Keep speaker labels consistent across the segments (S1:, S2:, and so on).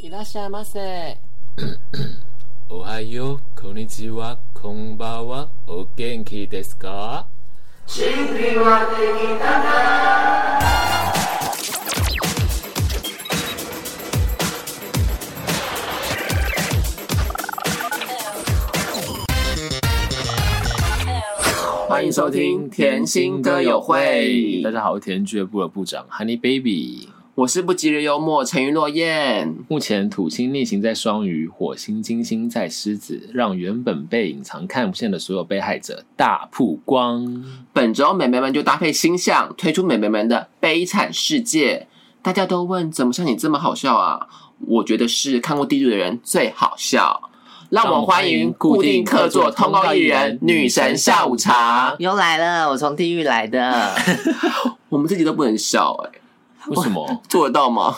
S1: 伊拉西马塞，
S2: おはよう、こんにちは、こんばんは、お元気ですか？
S1: 欢迎收听甜心歌友会
S2: 大。家好，我是甜俱乐部的部长 Honey Baby。
S1: 我是不吉日幽默沉鱼落雁。
S2: 目前土星逆行在双鱼，火星金星在狮子，让原本被隐藏看不见的所有被害者大曝光。
S1: 本周美眉们就搭配星象推出美眉们的悲惨世界。大家都问怎么像你这么好笑啊？我觉得是看过地狱的人最好笑。让我们欢迎固定客座通告艺人女神下午茶。
S3: 又来了，我从地狱来 的。
S1: 我们自己都不能笑哎、
S2: 为什么？
S1: 做得到吗？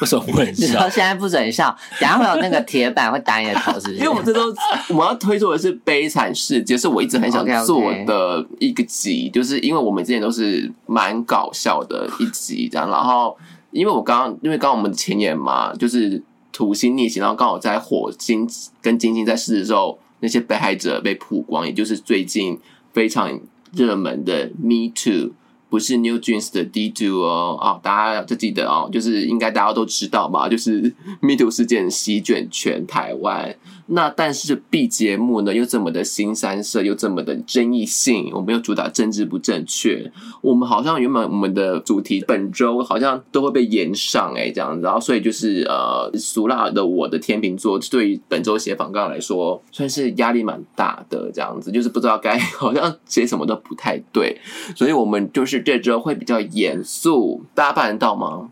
S2: 为什么不能
S3: 你说
S2: 笑？
S3: 现在不准笑，等一下会有那个铁板会打你的头， 是不是？
S1: 因为我们这周 我们要推出的是《悲惨世界》，是我一直很想
S3: OK，OK
S1: 做的一个集就是因为我们之前都是蛮搞笑的一集这样，然后因为我刚刚因为刚刚我们的前言嘛，就是土星逆行，然后刚好在火星跟金星在狮子之后，那些被害者被曝光，也就是最近非常热门的 Me Too。不是 New Jeans 的 D Two 哦，哦，大家就记得哦，就是应该大家都知道吧，就是 Me Too 事件席卷全台湾。那但是 B 节目呢，又这么的新三色，又这么的争议性，我们又主打政治不正确，我们好像原本我们的主题本周好像都会被延上哎、这样子，然后所以就是呃，俗辣的我的天秤座对于本周写访纲来说算是压力蛮大的这样子，就是不知道该好像写什么都不太对，所以我们就是这周会比较严肃，大家办得到吗？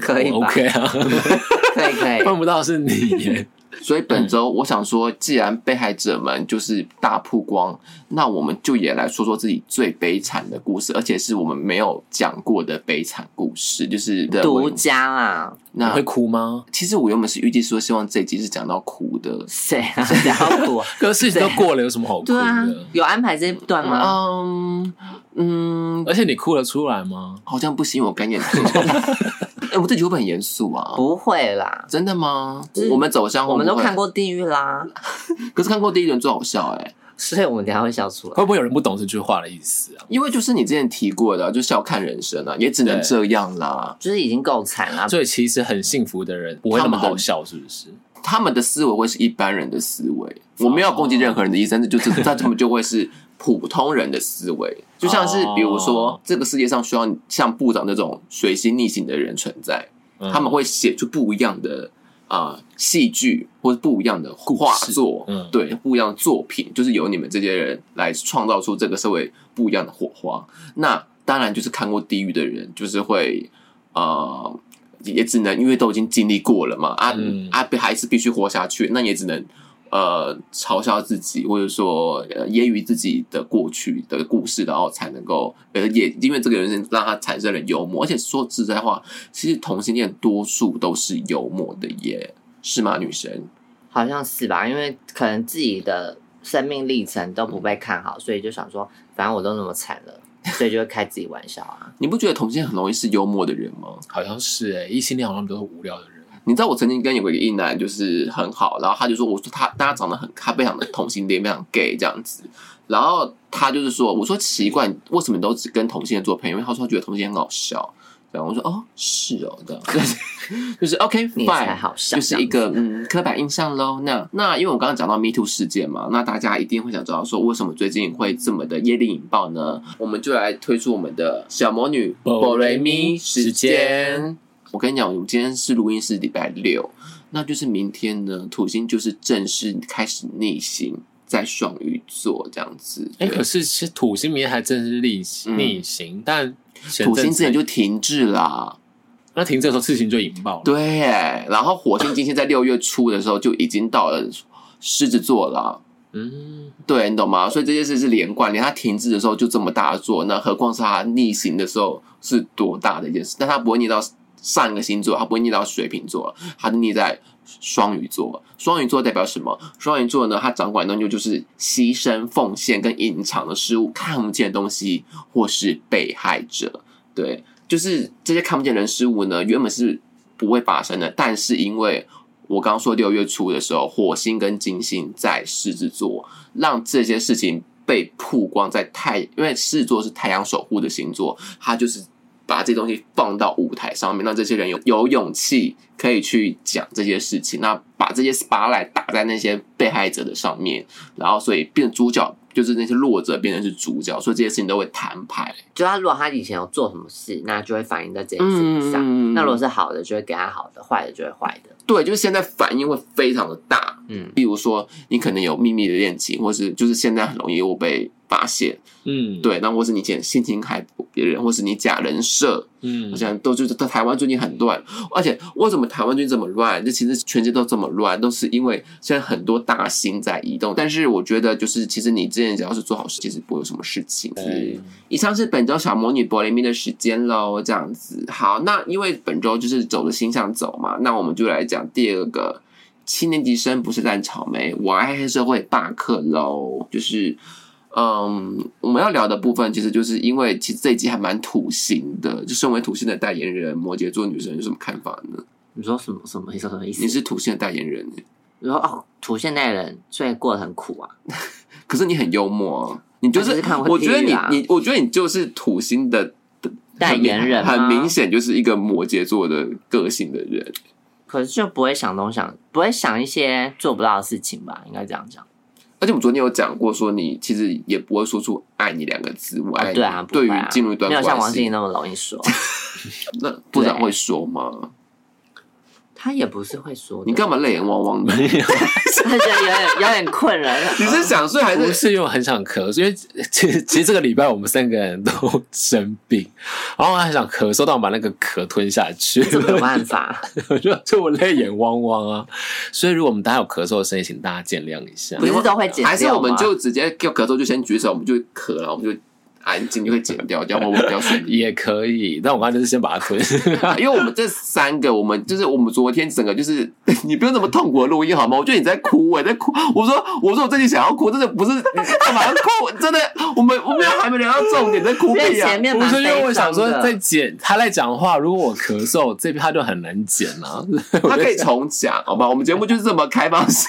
S3: 可以吧
S2: OK 啊，
S3: 可以可以。
S2: 办不到是你耶。
S1: 所以
S3: 嗯
S1: 本周我想说，既然被害者们就是大曝光，那我们就也来说说自己最悲惨的故事，而且是我们没有讲过的悲惨故事，就是 的
S3: 独家啊啦，
S2: 你
S1: 那
S2: 会哭吗？
S1: 其实我原本是预计说，希望这一集是讲到哭的。
S3: 谁 啊？然后我，
S2: 可是事情都过了，有什么好哭
S3: 对啊
S2: 的？，
S3: 有安排这一段吗？
S1: 嗯嗯，
S2: 而且你哭得出来吗？
S1: 好像不行，我干眼 症。哎、我这集会不会很严肃啊？
S3: 不会啦，
S1: 真的吗
S3: 是？
S1: 我们走向
S3: 我们都看
S1: 过，
S3: 过地狱啦，
S1: 可是看过第一轮最好笑哎、
S3: 所以我们等一下会笑出来。
S2: 会不会有人不懂这句话的意思啊？
S1: 因为就是你之前提过的啊、就笑看人生啊，也只能
S2: 对
S1: 这样啦。
S3: 就是已经够惨了，
S2: 所以其实很幸福的人不会那么好笑，是不是？
S1: 他们的思维会是一般人的思维，
S2: 哦
S1: 我没有攻击任何人的意思，但是就是 他他们就会是普通人的思维，就像是
S2: 哦
S1: 比如说这个世界上需要像部长这种水星逆行的人存在，
S2: 嗯
S1: 他们会写出不一样的啊戏剧或者不一样的画作，
S2: 故事嗯
S1: 对，不一样的作品，就是由你们这些人来创造出这个社会不一样的火花。那当然就是看过地狱的人，就是会呃，也只能因为都已经经历过了嘛，啊、
S2: 嗯
S1: 啊，还是必须活下去，那也只能。呃，嘲笑自己，或者说呃，揶揄自己的过去的故事，然后才能够呃，也因为这个人生让他产生了幽默，而且说实在话，其实同性恋多数都是幽默的耶，是吗，女神？
S3: 好像是吧？因为可能自己的生命历程都不被看好，所以就想说，反正我都那么惨了，所以就会开自己玩笑啊。
S1: 你不觉得同性恋很容易是幽默的人吗？
S2: 好像是哎、异性恋好像比较无聊的人。
S1: 你知道我曾经跟有个一男就是很好，然后他就说，我说他大家长得很，他非常的同性恋，非常 gay 这样子，然后他就是说，我说奇怪，为什么你都只跟同性恋做朋友？因为他说他觉得同性恋很好笑，然后我说哦是哦，这样 就是就是 OK
S3: 你
S1: fine，
S3: 才好笑，
S1: 就是一个嗯刻板印象喽。那那因为我刚刚讲到 Me Too 事件嘛，那大家一定会想知道说为什么最近会这么的业力引爆呢？我们就来推出我们的小魔女
S2: 宝
S1: 宝
S2: 瑞
S1: 瑞
S2: 咪
S1: 咪
S2: 时
S1: 时
S2: 间
S1: 间。我跟你讲，我们今天是录音是礼拜六，那就是明天呢，土星就是正式开始逆行在双鱼座这样子。
S2: 哎、
S1: 对
S2: 可是其实土星明天还正是逆
S1: 嗯
S2: 行逆行，但前
S1: 土
S2: 阵
S1: 星
S2: 子
S1: 之前就停滞啦。
S2: 那停这时候事情就引爆了。
S1: 对，然后火星金星在六月初的时候就已经到了狮子座了。
S2: 嗯，
S1: 对你懂吗？所以这件事是连贯，连它停滞的时候就这么大的做，那何况是它逆行的时候是多大的一件事？但它不会逆到上一个星座，它不会逆到水瓶座，它是逆在双鱼座。双鱼座代表什么？双鱼座呢，它掌管的东西就是牺牲、奉献跟隐藏的事物、看不见的东西或是被害者。对，就是这些看不见的人事物呢，原本是不会发生的。但是因为我刚说六月初的时候，火星跟金星在狮子座，让这些事情被曝光在太，因为狮子座是太阳守护的星座，它就是把这东西放到舞台上面，让这些人有有勇气可以去讲这些事情，那把这些 spotlight 打在那些被害者的上面，然后所以变主角就是那些弱者变成是主角，所以这些事情都会摊牌。
S3: 就他如果他以前有做什么事，那就会反映在这件事情上。
S1: 嗯
S3: 那如果是好的，就会给他好的；坏的就会坏的。
S1: 对，就是现在反应会非常的大，
S3: 嗯，
S1: 比如说你可能有秘密的恋情，或是就是现在很容易我被发现，
S2: 嗯，，
S1: 对，那或是你现性侵害别人，或是你假人设，
S2: 嗯
S1: 好，像都就是在台湾最近很乱，而且为什么台湾最近这么乱？这其实全世界都这么乱，都是因为现在很多大星在移动。但是我觉得，就是其实你之前只要是做好事，其实不会有什么事情。
S2: 对
S1: 以上是本周小魔女柏林蜜的时间喽，这样子。好，那因为本周就是走的星象走嘛，那我们就来讲第二个。七年级生不是烂草莓，我爱黑社会罢课喽。就是，嗯，我们要聊的部分，其实就是因为其实这一季还蛮土星的，就身为土星的代言人，摩羯座女生有什么看法呢？
S3: 你说什么什么意思？什么意思？
S1: 你是土星的代言人欸耶，
S3: 你说哦，土现代人虽然过得很苦啊，
S1: 可是你很幽默啊，你就
S3: 我只
S1: 是
S3: 是看过
S1: 我觉得
S3: 地狱
S1: 你
S3: 啦
S1: 你，我觉得你就是土星的
S3: 代言人啊
S1: 很
S3: 吗
S1: 明很明显就是一个摩羯座的个性的人。
S3: 可是就不会想东想，不会想一些做不到的事情吧？应该这样讲。
S1: 而且我们昨天有讲过，说你其实也不会说出“爱你”两个字，我爱你。
S3: 对啊，不
S1: 哎对
S3: 会
S1: 于
S3: 啊
S1: 进入一段
S3: 没有像王
S1: 关
S3: 心
S1: 系
S3: 凌，那么容易 说，
S1: 那部长
S3: 对
S1: 会说吗？
S3: 他也不是会说的。
S1: 你干嘛泪眼汪汪的？
S3: 他觉得有点有点困啊扰。
S1: 你是想睡还
S2: 不
S1: 是？
S2: 是因为我很想咳嗽，因为其实其实这个礼拜我们三个人都生病， 然后我还想咳嗽，但我把那个咳吞下去，
S3: 这没有 办法，
S2: 我就 就我泪眼汪汪啊。所以如果我们大家有咳嗽的声音，请大家见谅一下
S3: 不。是都会剪掉吗
S1: 还是我们就直接要咳嗽就先举手，我们就咳了，我们就安静就会剪掉，这样会不会比较顺 利？
S2: 也可以，但我刚才就是先把它吞。
S1: 因为我们这三个，我们就是我们昨天整个就是你不用这么痛苦的录音好吗？我觉得你在哭、我也在哭。我说我说我最近想要哭，真的不是你干嘛要哭？真的，我们我们还没聊到重点，在哭
S3: 因 为
S1: 屁啊！
S3: 前面
S2: 不
S3: 蛮
S2: 是因为我想说
S3: 悲伤的
S2: 在剪他在讲话，如果我咳嗽，这边他就很难剪啊。
S1: 他可以重讲，好吧？我们节目就是这么开放式。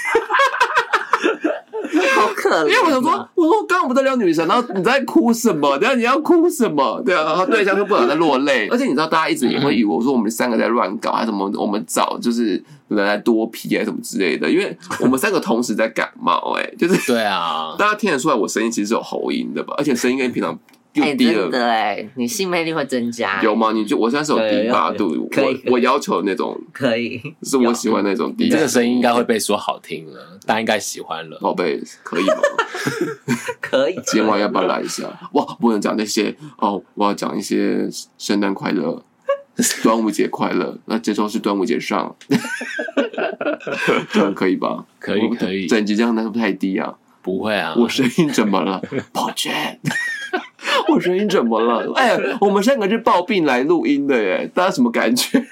S3: 好可怜哦。
S1: 因为我想 说，我说刚刚我们在聊女神，然后你在哭什么？对啊，你要哭什么？对啊，然后对象就不想再落 泪。而且你知道，大家一直也会以为我说我们三个在乱搞，啊还是什么我们找就是人来多批啊什么之类的，因为我们三个同时在感冒、哎， 就是
S2: 对啊，
S1: 大家听得出来我声音其实是有喉音的吧？而且声音跟平常又
S3: 哎，
S1: 低
S3: 真
S1: 了。
S3: 的哎，你性魅力会增加，
S1: 有吗？你就我现在是有
S3: 有有
S1: 低
S3: 有
S1: 八度，
S3: 可以可
S1: 我我要求那种
S3: 可以。
S1: 是我喜欢那种低
S2: 你
S1: 八度。
S2: 这个声音应该会被说好听了，大家应该喜欢了。
S1: 宝贝可以吗？
S3: 可以，
S1: 今晚要不要来一下？哇，不能讲那些哦，我要讲一些圣诞快 乐、端午节快乐。那这周是端午节 上，这样可以吧？
S2: 可以
S1: 我
S2: 可以
S1: 整集这样那个太低啊！
S2: 不会啊，
S1: 我声音怎么 了？抱歉。 我声音怎么了？哎呀，我们三个是抱病来录音的耶，大家什么感觉？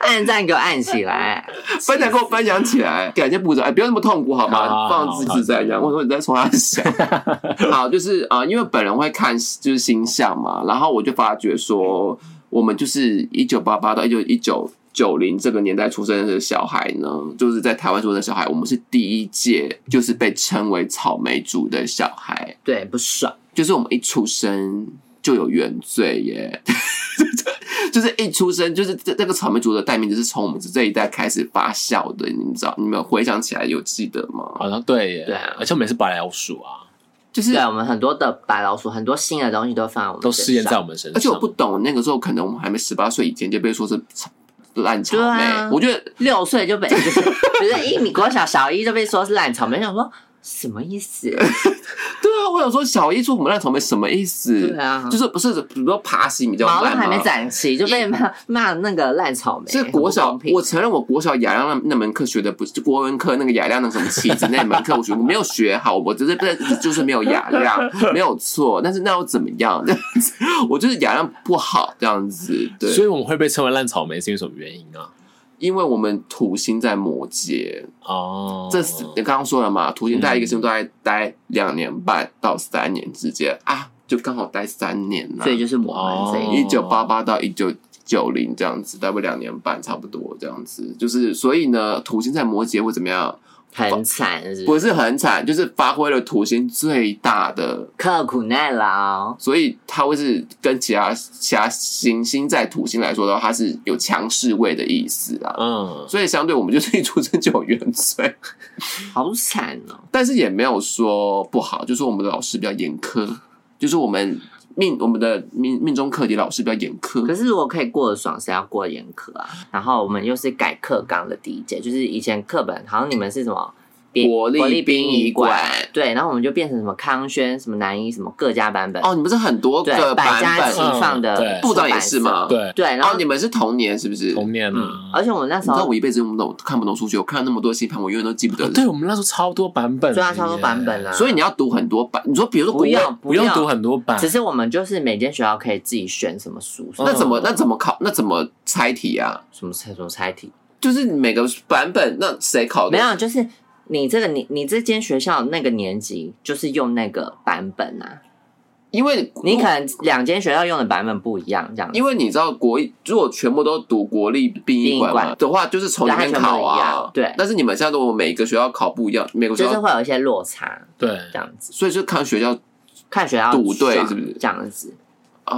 S3: 按赞给我按起来，
S1: 分享给我分享起来，感谢部长，哎，不要那么痛苦好吗？
S2: 好好好
S1: 放自自在这样。我说你在冲他 笑，好，就是啊、呃因为本人会看就是星象嘛，然后我就发觉说，我们就是一九八八到一九一九九零这个年代出生的小孩呢，就是在台湾出生的小孩，我们是第一届就是被称为草莓族的小孩，
S3: 对，不爽，
S1: 就是我们一出生就有原罪耶。 就是一出生，就是这这个草莓族的代名词是从我们这一代开始发酵的，你们知道？你们有回想起来有记得吗？
S2: 好像对耶，
S3: 对啊
S2: 而且我们也是白老鼠啊，
S1: 就是
S3: 对，我们很多的白老鼠，很多新的东西都放在我们
S2: 都试验在
S3: 身上
S2: 我们身上。
S1: 而且我不懂，那个时候可能我们还没十八岁以前就被说是草烂草莓，
S3: 对啊
S1: 我觉得
S3: 六 岁就被，不是不是一米国小小一就被说是烂草莓，想说什么 意思？
S1: 对啊，我想说小一说我们烂草莓什么意思？
S3: 对啊
S1: 就是不是比如说爬行比较
S3: 毛都
S1: 烂吗
S3: 还没长齐就被骂骂那个烂草莓，
S1: 是国
S3: 很
S1: 小
S3: 不公，平
S1: 我承认我国小雅量那那门课学的不是国文课那个雅量那什么棋子那门课，我学我没有学好，我只是不就是没有雅量，没有错，但是那又怎么样？ 我就是雅量不好这样子，对，
S2: 所以我们会被称为烂草莓是因为什么原因啊？
S1: 因为我们土星在摩羯，
S2: 哦，嗯
S1: 这是你刚刚说了嘛，土星在一个星座大概待两年半到三年之间啊，就刚好待三年了
S3: 所，以就是我们这
S2: 哦
S3: 一
S1: 一九八八到一九九零这样子，大概两年半差不多这样子。就是所以呢，土星在摩羯会怎么样？
S3: 很惨，是不
S1: 不
S3: 是？
S1: 是很惨，就是发挥了土星最大的，
S3: 刻苦耐劳，
S1: 所以它会是跟其他其他行星在土星来说的话，它是有强势位的意思啦。
S2: 嗯，
S1: 所以相对我们就是一出生就有原罪，
S3: 好惨哦！
S1: 但是也没有说不好，就是我们的老师比较严苛，就是我们命我们的命命中课题老师比较严苛
S3: 可。是如果可以过得爽，谁要过得严苛啊？然后我们又是改课纲的第一届，就是以前课本好像你们是什么编
S1: 国立
S3: 殡
S1: 殡仪
S3: 仪
S1: 馆
S3: 对，然后我们就变成什么康轩、什么南一、什么各家版本，
S1: 哦，你们是很多
S3: 对，
S1: 个
S3: 百
S1: 版
S3: 家齐
S1: 本，
S2: 嗯
S3: 放的出版
S2: 对
S3: 社，
S1: 部长也是吗？
S2: 对，
S3: 对，然
S1: 哦
S3: 后，
S1: 你们是童年是不是？
S2: 童年
S1: 嗯
S2: 啊，
S3: 而且我们那
S1: 你
S3: 时
S1: 知道
S3: 候
S1: 我一辈子用不懂看不懂数学，我看了那么多星盘，我永远都记不得
S2: 哦。对我们那时候超多版本的
S3: 对
S2: 耶，
S3: 啊，超多版本啦，
S1: 所以你要读很多版，你说比如说国
S3: 不
S1: 文
S3: 要
S2: 不用读很多版
S3: 只，是我们就是每间学校可以自己选什么书，
S2: 嗯
S1: 那怎么
S2: 嗯
S1: 那怎么考？那怎么猜题啊？
S3: 什么猜什么猜题，
S1: 就是每个版本，那谁考的？
S3: 没有，就是你这个你你这间学校那个年级就是用那个版本啊，
S1: 因为
S3: 你可能两间学校用的版本不一样，这样
S1: 哦
S3: 子。
S1: 因为你知道国如果全部都读国立殡仪
S3: 殡仪
S1: 馆
S3: 馆
S1: 的话，就是从里面考
S3: 对它全部一
S1: 啊
S3: 样。对
S1: 但是你们现在都每个学校考不一样，每个学
S3: 就是
S1: 校，
S3: 会有一些落差，
S2: 对，
S3: 这样子
S1: 所以就看学校。
S3: 看学校
S1: 赌对
S3: 爽
S1: 是不是
S3: 这样子？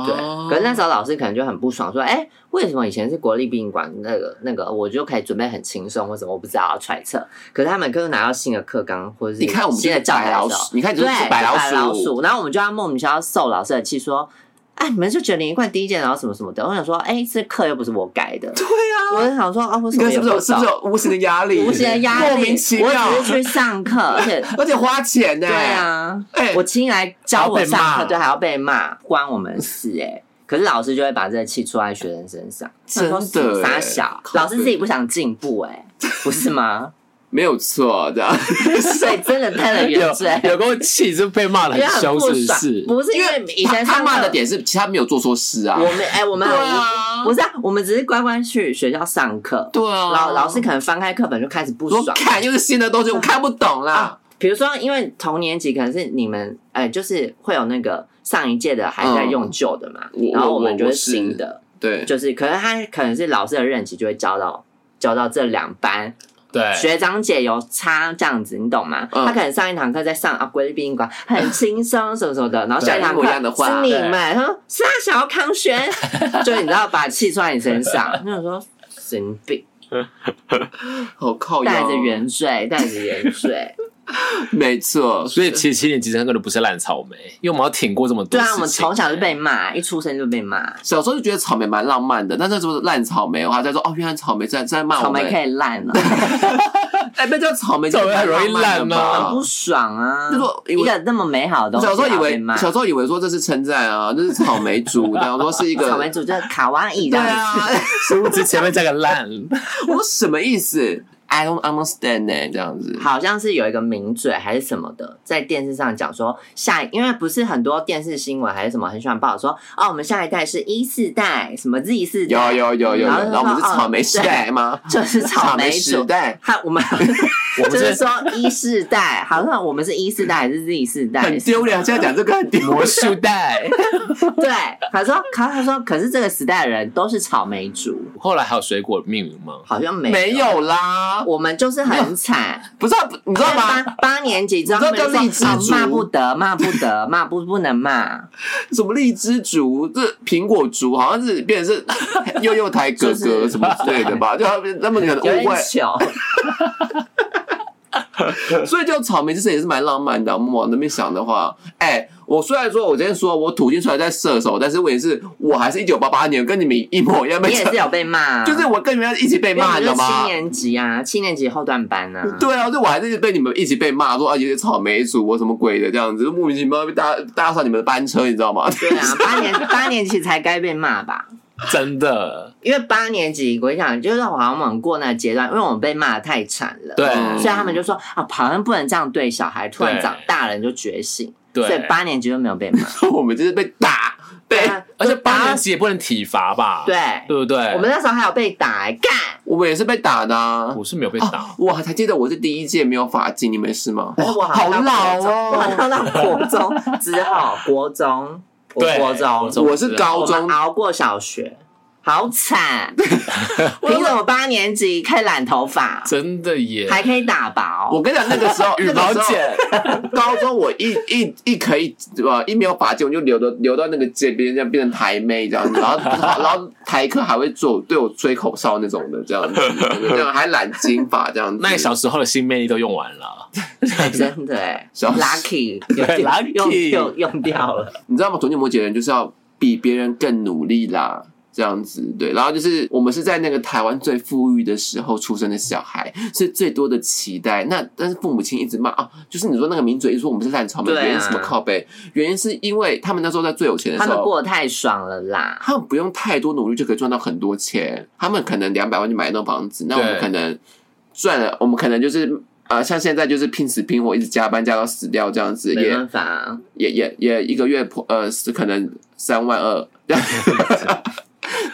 S3: 对。
S1: 哦
S3: 可是那时候老师可能就很不爽，说：“哎、为什么以前是国立殡仪馆那个那个，我就可以准备很轻松，或什么我不知道揣测。可是他们就是拿到新的课纲或者是
S1: 你看我们就
S3: 新
S1: 是
S3: 的教
S1: 白
S3: 材
S1: 老
S3: 的时候，
S1: 鼠，你看你就是
S3: 对
S1: 白老
S3: 白老
S1: 鼠，
S3: 鼠，然后我们就要莫名其妙受老师的气，说：“哎，你们是九零一贯第一届，然后什么什么的。”我想说：“哎，这课又不是我改的。”对啊，我就想说：“啊，我
S1: 你
S3: 什么
S1: 看
S3: 也
S1: 是不
S3: 不
S1: 是有是不
S3: 懂
S1: 是有无形的压力？
S3: 无形的压力，
S1: 莫名其妙，
S3: 我只是去上课， 而且
S1: 而且花钱呢。
S3: 对，啊，
S1: 哎，
S3: 我亲来教我上
S2: 还要被骂
S3: 课，对，还要被骂，关我们事哎、可是老师就会把这个气出在学生身上，
S1: 真的
S3: 他说傻
S1: 哎
S3: 小，
S1: 靠
S3: 老师自己不想进步哎、 不是吗？
S1: 没有错，这样。啊
S3: 所以真的太了
S2: 有
S3: 原罪，
S2: 有够气，就被骂的
S3: 因为
S2: 很
S3: 很
S2: 凶，
S3: 不
S2: 是不
S3: 爽，
S2: 是？
S3: 不是因为以前
S1: 他
S3: 上
S1: 他骂
S3: 课
S1: 的，点是，其实他没有做错事啊。
S3: 我们哎、我们很
S1: 对
S3: 无
S1: 啊
S3: 不是啊，我们只是乖乖去学校上课，
S1: 对啊，
S3: 老老师可能翻开课本就开始不
S1: 说
S3: 爽，
S1: 看又是新的东西，我看不懂啦
S3: 啊。比如说，因为同年级可能是你们，哎，就是会有那个上一届的还在用旧的嘛，
S1: 嗯我
S3: 然后我
S1: 我
S3: 们就
S1: 我
S3: 是
S1: 是哎
S3: 新的，
S1: 对，
S3: 就是可能他可能是老师的任期就会教到教到这两班
S2: 对，
S3: 学长姐有差这样子，你懂吗？
S1: 哎嗯
S3: 他可能上一堂课在上啊国立殡仪馆很轻松什么什么的，然后下一堂课
S1: 对一模一样的话
S3: 是你们，他说是啊，小 康轩，就你知道把气出在你身上，那我说神病，
S1: 好靠腰
S3: 带着原罪，带着原罪。
S1: 没错，
S2: 所以其实七年级生根本不是烂草莓，因为我们要挺过这么多
S3: 对
S2: 事情。
S3: 啊，我们从小就被骂，一出生就被骂，
S1: 小时候就觉得草莓蛮浪漫的，但那时候烂草莓的话，再说哦，原来草莓在在骂
S3: 草
S1: 我们
S3: 莓，可以烂哦了，
S1: 哎，被叫草莓，
S2: 草莓很容易
S1: 烂
S2: 烂啊
S1: 嘛。
S3: 很不爽啊！
S1: 就说以为
S3: 一个那么美好的东西，啊
S1: 小时候以
S3: 还要被
S1: 为
S3: 骂
S1: 小时候以为说这是称赞啊，这是草莓 猪，然后说是一个
S3: 草莓组就是卡哇伊这
S1: 对
S3: 样
S1: 啊
S3: 子，，
S2: 殊不知 前面加个 烂，
S1: 我说什么意思？I don't understand 呢，这样子。
S3: 好像是有一个名嘴还是什么的，在电视上讲说下一，因为不是很多电视新闻还是什么很喜欢报说哦，我们下一代是一四代，什么 Z 四
S1: 有
S3: 代，
S1: 有有有，有
S3: 然后就
S1: 然后我们是
S3: 说
S1: 草莓时代吗？
S3: 就是
S1: 草
S3: 草
S1: 莓
S3: 莓
S1: 时
S3: 组。
S1: 代，
S3: 他我们
S2: 我
S3: 就
S2: 们
S3: 是
S2: 是
S3: 说一世代，好像我们是一世代还是 Z 世代，
S1: 很丢脸。现在讲这个很丢
S2: 魔
S1: 脸。
S2: 术袋。
S3: 对，他说，他他说，可是这个时代的人都是草莓族，
S2: 后来还有水果命名吗？
S3: 好像没
S1: 没，有啦，
S3: 我们就是很惨，
S1: 不是啊， 你知道
S3: 八
S1: 吗？
S3: 八年级之后
S1: 你知道
S3: 他们就说
S1: 叫荔枝族
S3: 啊骂不得，骂不得，骂不不能骂，
S1: 什么荔枝竹、这苹果竹，好像是变成是幼幼台哥哥
S3: 就是
S1: 什么之类的吧？就他们他们可能
S3: 有
S1: 误
S3: 点
S1: 会，
S3: 糗。
S1: 所以叫草莓其实也是蛮浪漫的。我们往那边想的话，哎、我虽然说我今天说我土星出来在射手，但是我也是我还是一九八八年跟你们一模一样被
S3: 你也是有被骂 啊，
S1: 就是我跟你们一起被
S3: 因为我
S1: 骂，
S3: 们
S1: 你
S3: 就
S1: 知道
S3: 是七
S1: 吗？
S3: 年级啊，七年级后段班啊，
S1: 对啊，就我还是被你们一起被骂说啊，有些草莓族啊什么鬼的这样子，就莫名其妙被搭搭上你们的班车，你知道吗？
S3: 对啊，八年八年级才该被骂吧。
S2: 真的，
S3: 因为八年级，我跟你讲，就是好像我们过那个阶段，因为我们被骂的太惨了，
S2: 对
S1: 嗯
S3: 所以他们就说啊，好像不能这样对小孩，突然
S2: 对
S3: 长大人就觉醒，
S2: 对
S3: 所以八年级就没有被骂。
S1: 我们就是被打，被
S3: 对啊
S2: 而且
S3: 就打
S2: 八年级也不能体罚吧？
S3: 对，
S2: 对不对？
S3: 我们那时候还有被打、欸，干，
S1: 我们也是被打的、啊。
S2: 我是没有被
S3: 哦
S1: 啊
S2: 打，
S1: 我还记得我是第一届没有法纪，你们是吗？
S3: 哎但是我
S1: 哦好
S3: 像到
S1: 老
S3: 国中我好
S1: 哦！
S3: 像到 国中之后，国中，我
S2: 对
S3: 国
S2: 国
S3: 中，
S2: 中
S1: 我是高
S3: 我
S1: 中
S3: 们，熬过小学，好惨！凭什么八年级可以染头发，
S2: 真的耶！
S3: 还可以打薄？
S1: 我跟你讲，那个时 候
S2: 羽毛剪，
S1: 那个时候高中我一 一一可以呃一没有发间，我就留到留到那个街边，这样变成台妹这样子，然后然后台客还会做对我吹口哨那种的这样子，这样还染金发这样子。
S2: 那你小时候的新魅力都用完了，
S3: 真的哎
S1: 小
S3: ，lucky
S2: 对，lucky
S3: 用用用掉了。
S1: 你知道吗？同性摩羯人就是要比别人更努力啦，这样子对。然后就是我们是在那个台湾最富裕的时候出生的小孩，是最多的期待。那但是父母亲一直骂啊，就是你说那个名嘴一直说我们是烂草莓，
S3: 对啊
S1: 原因是什么靠背？原因是因为他们那时候在最有钱的
S3: 他
S1: 时
S3: 们
S1: 候。
S3: 过得太爽了啦！
S1: 他们不用太多努力就可以赚到很多钱，他们可能两百万就买一栋房子，那我们
S2: 对
S1: 可能赚了，我们可能就是呃，像现在就是拼死拼活一直加班加到死掉这样子，
S3: 没
S1: 也
S2: 啊
S3: 办法，
S1: 也也也一个月破呃是可能三万 二，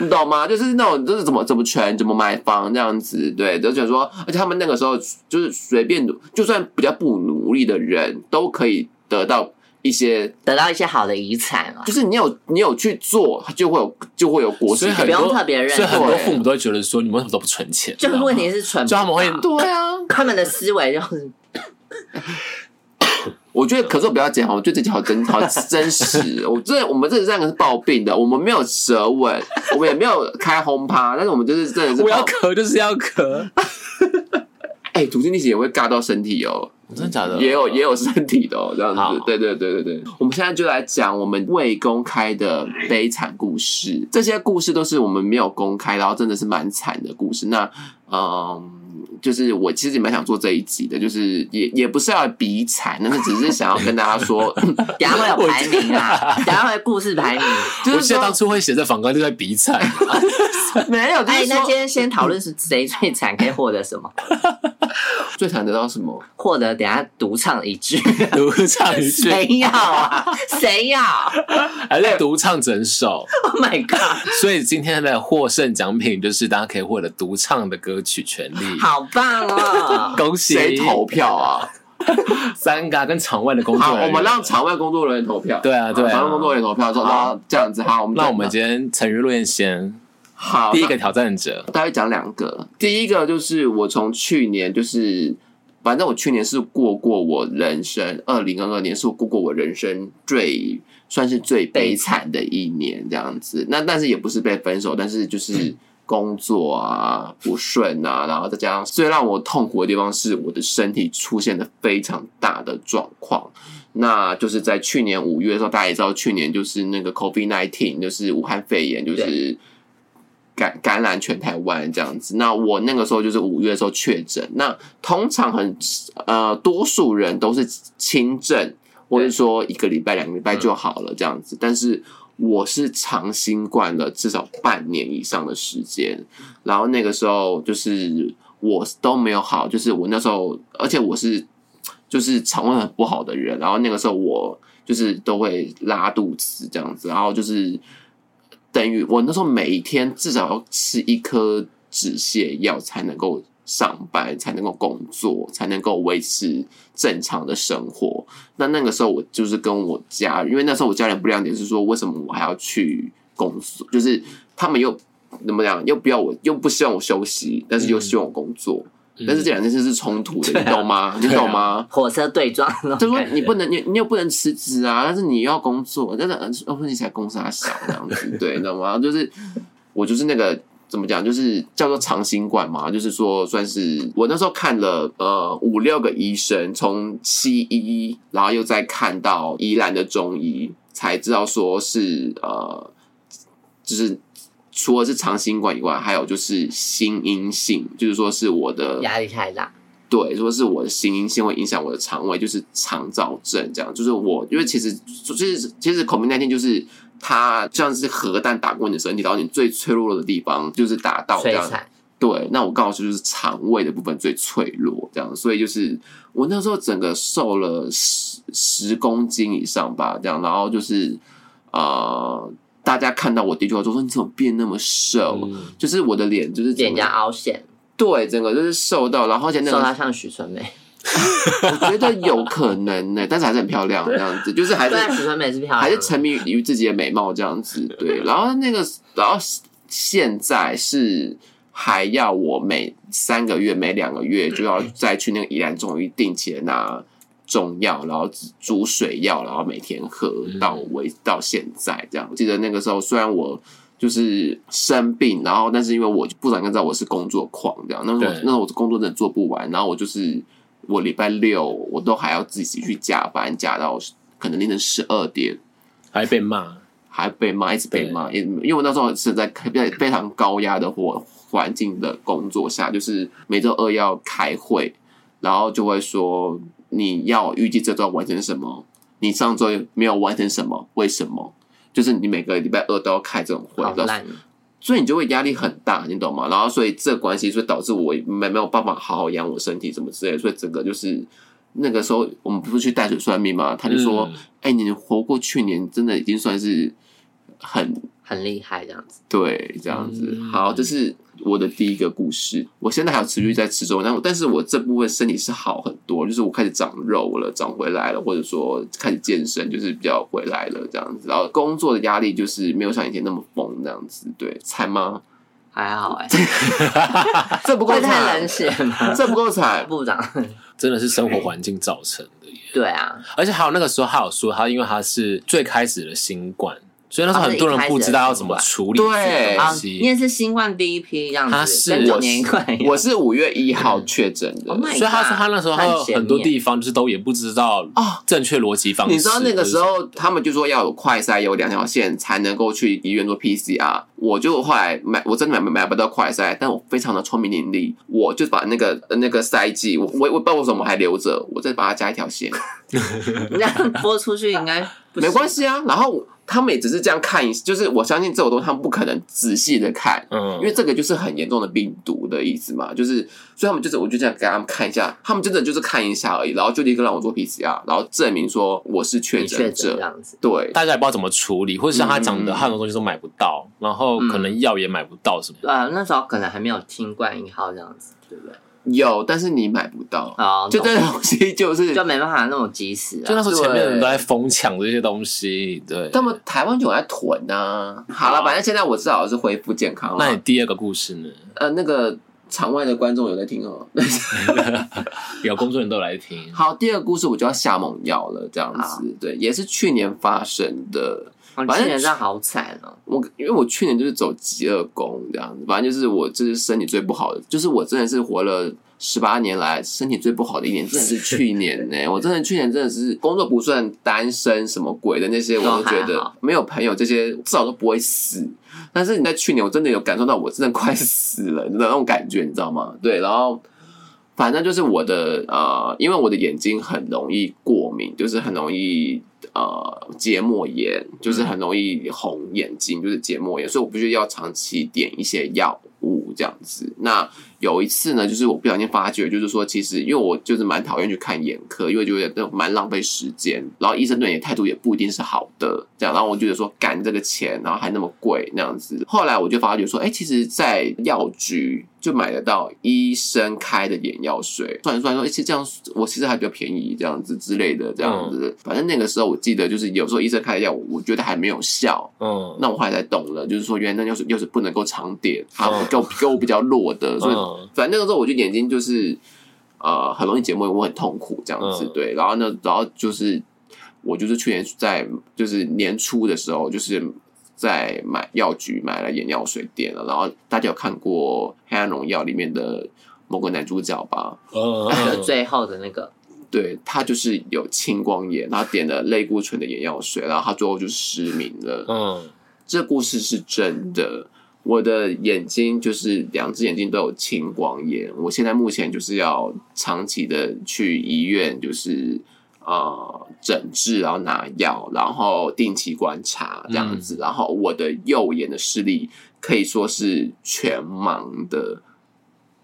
S1: 你懂吗？就是那种就是怎么怎么存怎么买房这样子，对，而且说，而且他们那个时候就是随便努，就算比较不努力的人都可以得到一些，
S3: 得到一些好的遗产啊
S1: 就，是你有你有去做，就会有就会有果实
S2: 所以
S1: 给
S2: 很
S3: 不
S1: 你。
S3: 用
S2: 多
S3: 特别认
S2: 所以很多
S1: 对
S2: 父母都会觉得说，你们为什么都不存钱？
S3: 就是问题
S2: 是，
S3: 是蠢，
S2: 就他们会
S1: 对啊，
S3: 他们的思维就是
S1: 我觉得，可是我不要讲，我觉得这集好真 好真实。我这我们这三个是暴病的，我们没有舌吻，我们也没有开轰趴，但是我们就是真的是
S2: 我要
S1: 暴
S2: 咳就是要咳，
S3: 啊
S1: 哎，土星逆行也会尬到身体哦，
S2: 真的假的？
S1: 也有也有身体的哦，这样
S2: 呃好
S1: 子。对对对对对，我们现在就来讲我们未公开的悲惨故事，这些故事都是我们没有公开，然后真的是蛮惨的故事。那嗯。就是我其实也蛮想做这一集的，就是也也不是要比惨，但是只是想要跟大家说，
S3: 等一下会有排 名啊，等一下会有故事排名。
S1: 就
S2: 我
S1: 是
S2: 记得
S1: 说
S2: 当初会写在访纲就在比惨，
S1: 没有，就
S3: 哎
S1: 是，
S3: 那今
S1: 说嗯
S3: 天先讨论是谁最惨，可以获得什么？
S1: 最惨得到什么？
S3: 获得等一下独唱一 句，
S2: 独唱一句，
S3: 谁要啊？ 谁要？Oh
S2: 还是独唱整首。
S3: my god！
S2: 所以今天的获胜奖品就是大家可以获得独唱的歌曲权利。
S3: 好棒 哦！
S2: 恭喜
S1: 谁投票啊？
S2: 三个啊跟场外的工
S1: 好，
S2: 作人
S1: 我
S2: 员
S1: 们让场外工作人员投票。
S2: 对啊对啊
S1: 场外工作人员投票说，然后这样子哈，我们
S2: 那我们今天成语论先
S1: 好
S2: 第一个挑战者，
S1: 大概讲两个。第一个就是我从去年就是，反正我去年是过过我人生，二零二二年是我过过我人生最算是最悲惨的一年这样子。那但是也不是被分手，但是就是。工作啊不顺啊，然后再加上最让我痛苦的地方是我的身体出现了非常大的状况，那就是在去年五月的时候，大家也知道，去年就是那个 COVID nineteen，就是武汉肺炎，就是感感染全台湾这样子。那我那个时候就是五月的时候确诊，那通常很呃多数人都是轻症，或者说一个礼拜、两个礼拜就好了这样子，但是。我是长新冠了至少半年以上的时间，然后那个时候就是我都没有好，就是我那时候，而且我是就是肠胃很不好的人，然后那个时候我就是都会拉肚子这样子，然后就是等于我那时候每天至少要吃一颗止泻药才能够上班，才能够工作，才能够维持正常的生活。那那个时候我就是跟我家人，因为那时候我家人不谅解，是说为什么我还要去工作，就是他们又。怎么讲？又不要我，又不希望我休息，但是又希望我工作，但是这两件事是冲突的，
S2: 嗯对啊
S1: 你懂吗？你
S2: 对啊
S1: 懂吗？
S3: 火车对撞那
S1: 就
S3: 种
S1: 说
S3: 感觉，
S1: 哎你不能，你你又不能辞职啊，但是你要工作，但是呃哦，你才公司还小这样子，对，你知道吗？就是我就是那个怎么讲，就是叫做长新冠嘛，就是说算是我那时候看了呃五六个医生，从西医，然后又再看到宜兰的中医，才知道说是呃，就是除了是长新冠以外，还有就是心因性，就是说是我的
S3: 压力太大。
S1: 对，说是我的心因性会影响我的肠胃，就是肠燥症这样。就是我，因为其实就是其实 COVID 那天就是它像是核弹打过你的身体，然后你最脆弱的地方就是打到这
S3: 摧
S1: 样。
S3: 残，
S1: 对，那我刚好就是肠胃的部分最脆弱，这样，所以就是我那时候整个瘦了十十公斤以上吧，这样，然后就是呃，大家看到我的确话就说你怎么变那么瘦？
S2: 嗯
S1: 就是我的脸就是整
S3: 脸
S1: 个
S3: 颊凹陷，
S1: 对，整个就是瘦到，然后而且那
S3: 瘦
S1: 个
S3: 到像许纯美。
S1: 我觉得有可能呢、欸但是还是很漂亮这样子，就是还是
S3: 对啊，许纯美是漂亮的，
S1: 还是沉迷于自己的美貌这样子，对。然后那个，然后现在是还要我每三个月、每两个月就要再去那个宜兰中医定期的拿中药，然后煮水药，然后每天喝
S2: 嗯
S1: 到为到现在这样。我记得那个时候，虽然我。就是生病，然后但是因为我不然跟知道我是工作狂这样，那时候
S2: 对
S1: 那时候我工作真的做不完，然后我就是我礼拜六我都还要自己去加班，加到可能凌晨十二点，
S2: 还被骂，
S1: 还被骂，一直被骂，也因为我那时候是在在非常高压的或环境的工作下，就是每周二要开会，然后就会说你要预计这周完成什么，你上周没有完成什么，为什么？就是你每个礼拜二都要开这种会，
S3: 好
S1: 然后
S3: 烂，
S1: 所以你就会压力很大，你懂吗？然后所以这关系，所以导致我没没有办法好好养我身体什么之类的，所以整个就是那个时候我们不是去淡水算命嘛，他就说
S2: 嗯，
S1: 哎、你活过去年真的已经算是很
S3: 很厉害这 样子。
S1: 对这样子。
S2: 嗯
S1: 好，这是我的第一个故事。我现在还有持续在吃中药，但但是我这部分身体是好很多，就是我开始长肉了，长回来了，或者说开始健身，就是比较回来了这样子。然后工作的压力就是没有像以前那么疯这样子，对，惨吗？
S3: 还好哎、
S1: 这不够
S3: 会太
S1: 惨
S3: 冷，血 吗？
S1: 这不够 惨。
S3: 部长，
S2: 真的是生活环境造成的耶。
S3: 对啊，
S2: 而且还有那个时候，他有说他因为他是最开始的新冠，所以那时候很多人不知道要怎么处理这个
S1: 啊
S2: 东
S3: 啊，
S2: 西。
S3: 你也是新冠第一批这样
S2: 他
S3: 子，
S2: 是
S3: 跟九年一块一样
S1: 我是五月一号确诊的
S3: Oh my
S2: 所以他说他那时候
S3: 那很前面
S2: 很多地方就是都也不知道
S1: 哦
S2: 正确逻辑方式。
S1: 你知道那个时候他们就说要有快筛，有两条线才能够去医院做 PCR。我就后来买，我真的买买不到快筛，但我非常的聪明伶俐，我就把那个呃那个筛剂，我我我不知道为什么还留着，我再把它加一条线，
S3: 你这样播出去应该不
S1: 没关
S3: 系。
S1: 系啊。然后我他们也只是这样看一，就是我相信这种东西他们不可能仔细的看。
S2: 嗯，
S1: 因为这个就是很严重的病毒的意思嘛，就是所以他们就是我就这样给他们看一下，他们真的就是看一下而已，然后就立刻让我做 PCR，然后证明说我是确
S3: 你确
S1: 诊
S3: 诊这
S1: 者，
S3: 样子，
S1: 对，
S2: 大家也不知道怎么处理，或者像他讲的，
S1: 嗯
S2: 很多东西都买不到，然后可能药也买不到什么。
S3: 对啊，那时候可能还没有新冠一号这样子，对不对？
S1: 有，但是你买不到，
S3: 哦，
S1: 就
S3: 懂
S1: 这东西就是
S3: 就没办法那么及时
S2: 就那
S3: 啊。
S2: 时候前面的人都在疯抢这些东西，对。
S1: 他们台湾就有在囤啊。好了，
S2: 好
S1: 反正现在我至少是恢复健康
S2: 那你
S1: 了。
S2: 第二个故事呢？
S1: 呃，那个场外的观众有在听哦。
S2: 有工作人都有来听，
S1: 好，第二个故事我就要下猛药了，这样
S3: 好
S1: 子，对，也是去年发生的。
S3: 我
S1: 反
S3: 去
S1: 正
S3: 年真的好惨哦，
S1: 我因为我去年就是走极恶宫这样子，反正就是我这是身体最不好的，就是我真的是活了十八年来身体最不好的一年，真的是去年呢、我真的去年真的是工作不顺、单身什么鬼的那些，我都觉
S3: 哦都还
S1: 得
S3: 好
S1: 没有朋友这些至少都不会死。但是你在去年，我真的有感受到我真的快死了的那种感觉，你知道吗？对，然后反正就是我的呃，因为我的眼睛很容易过敏，就是很容易呃结膜炎，就是很容易红眼睛，就是结膜炎，所以我必须要长期点一些药物这样子。那有一次呢，就是我不小心发觉，就是说其实因为我就是蛮讨厌去看眼科，因为觉得那种蛮浪费时间，然后医生对你的态度也不一定是好的，这样，然后我就觉得说干这个钱，然后还那么贵那样子。后来我就发觉说，哎、其实，在药局就买得到医生开的眼药水，算一算说，哎、其实这样我其实还比较便宜，这样子之类的，这样子。反正那个时候我记得，就是有时候医生开的药，我我觉得还没有效，
S2: 嗯，
S1: 那我后来才懂了，就是说原来那就是就是不能够常点，它
S2: 嗯
S1: 给我给我比较弱的，所以
S2: 嗯
S1: 反正那个时候我就眼睛就是呃很容易结膜炎，我很痛苦这样子，
S2: 嗯
S1: 对，然后呢，然后就是我就是去年在就是年初的时候，就是在买药局买了眼药水店了，然后大家有看过《黑暗荣耀》里面的某个男主角吧？
S2: 嗯
S3: 就
S2: 嗯，
S3: 最后的那个
S1: 对他就是有青光眼，然后点了类固醇的眼药水，然后他最后就失明了。
S2: 嗯，
S1: 这故事是真的。我的眼睛就是两只眼睛都有青光眼，我现在目前就是要长期的去医院，就是呃诊治，然后拿药，然后定期观察这样子。然后我的右眼的视力可以说是全盲的，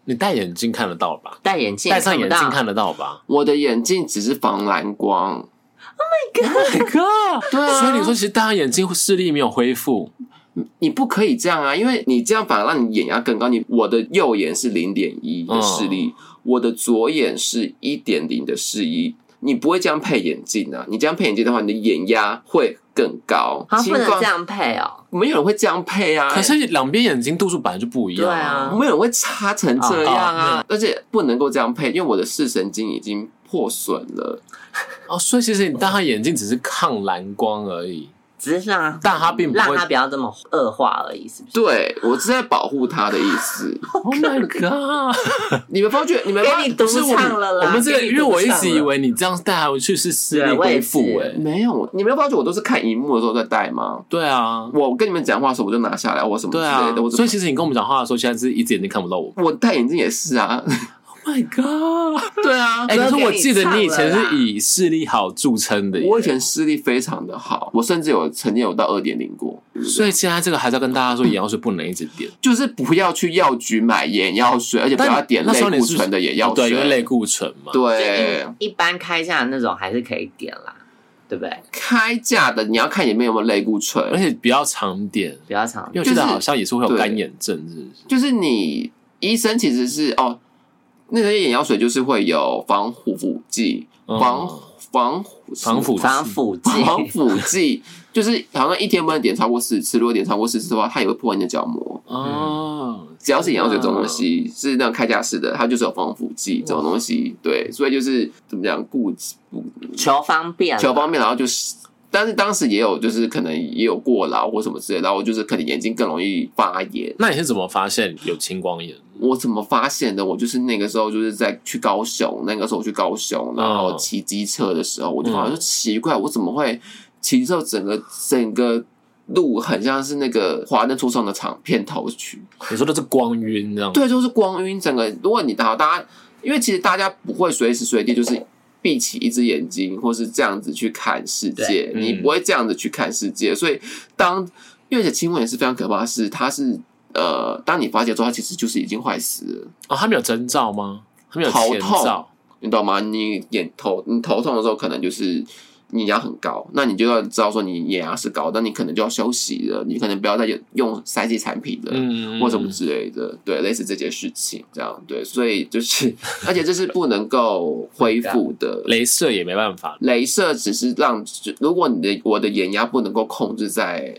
S2: 你戴眼镜看得到吧？
S3: 戴眼镜，
S2: 戴上眼镜看
S3: 不
S2: 得到吧？
S1: 我的眼镜只是防蓝光。
S2: ，Oh My God！
S1: 对啊，哎
S2: 所以你说，其实戴上眼镜视力没有恢复，
S1: 你不可以这样啊，因为你这样反而让你眼压更高。你我的右眼是零点一
S3: 嗯
S1: 的视力，我的左眼是一点零的视力。你不会这样配眼镜啊！你这样配眼镜的话，你的眼压会更高。
S3: 到，啊，
S1: 青
S3: 不能
S1: 光
S3: 这样配哦，
S1: 没有人会这样配啊。
S2: 可是两边眼睛度数本来就不一样，
S3: 对啊
S1: 没有人会差成这样
S2: 啊
S1: 啊，而且不能够这样配，因为我的视神经已经破损了。
S2: 哦，所以其实你戴他眼镜只是抗蓝光而已，
S3: 只是让
S2: 但他并不
S3: 让
S2: 会
S3: 他。不要这么恶化而已，是不是？
S1: 对我是在保护他的意 思。
S2: Oh my god！
S1: 你们发觉，你们发
S3: 给你独
S1: 是我
S3: 唱了啦，
S2: 我们这个，
S3: 给你
S2: 因为我一直以
S3: 独唱了
S2: 为你这样带他回去是视力
S3: 对我
S2: 恢
S3: 也
S2: 复，
S3: 是
S2: 哎，
S1: 没有，你们有发觉我都是看荧幕的时候在戴吗？
S2: 对啊，
S1: 我跟你们讲话的时候我就拿下来，我什么之
S2: 对啊
S1: 类的，我，
S2: 所
S1: 所
S2: 以
S1: 以
S2: 其实你跟我们讲话的时候，现在是一只眼睛看不到我。
S1: 我戴眼镜也是啊。
S2: Oh my god！
S1: 对啊，
S2: 哎、可是我记得你以前
S3: 不要给
S2: 是
S3: 你
S2: 以视力好著称的耶，
S1: 我以前视力非常的好，我甚至有曾经有到二点零过。
S2: 所以现在这个还是要跟大家说，眼药水不能一直点。
S1: 就是不要去药局买眼药水，而且不要点
S2: 那
S1: 类
S2: 时候你
S1: 固
S2: 是不
S1: 醇
S2: 是
S1: 的眼药
S2: 对，
S1: 水。
S2: 因为类固醇嘛。
S1: 对
S3: 就一一般开价的那种还是可以点啦，对不对？
S1: 开价的你要看里面有没有类固
S2: 而
S1: 醇，
S2: 且比较常点，
S3: 比较常
S2: 因为我记
S1: 就
S2: 得
S1: 是
S2: 好像也是会有
S1: 对
S2: 干眼症，是不是？
S1: 就是你医生其实是哦，那些眼药水就是会有防腐剂、
S2: 嗯
S1: 防防
S2: 防腐
S3: 防 腐剂，
S1: 防腐剂，就是好像一天不能点超过四次，如果点超过四次的话，它也会破坏你的角膜。
S2: 嗯哦，
S1: 只要是眼药水这种东西，是那种开架式的，它就是有防腐剂这种东西。对，所以就是怎么讲，顾顾
S3: 求方便啦，
S1: 小方面，然后就是，但是当时也有就是可能也有过劳或什么之类的，然后就是可能眼睛更容易发炎。
S2: 那你是怎么发现有青光眼？
S1: 我怎么发现的？我就是那个时候就是在去高雄，那个时候我去高雄，然后
S2: 嗯
S1: 骑机车的时候，我就好像说奇怪，我怎么会骑之后整个整个路很像是那个华灯初上的场片头曲，
S2: 你说的是光晕这样？
S1: 对，就是光晕，整个如果你好，大家因为其实大家不会随时随地就是闭起一只眼睛，或是这样子去看世界，
S2: 对
S1: 你
S2: 嗯
S1: 不会这样子去看世界，所以当因为而且青光眼是非常可怕的是，它是。呃，当你发现之后，它其实就是已经坏死了，
S2: 哦，他没有征兆吗？他没有前
S1: 头
S2: 兆
S1: 痛。你懂吗？你眼头你头痛的时候，可能就是你压很高，那你就要知道说你眼压是高，那你可能就要休息了，你可能不要再用用三 C 产品了，
S2: 嗯
S1: 或什么之类的，对，类似这件事情，这样对，所以就是，而且这是不能够恢
S2: 啊
S1: 复的。
S2: 镭射也没办法。
S1: 镭射只是让，如果你的我的眼压不能够控制在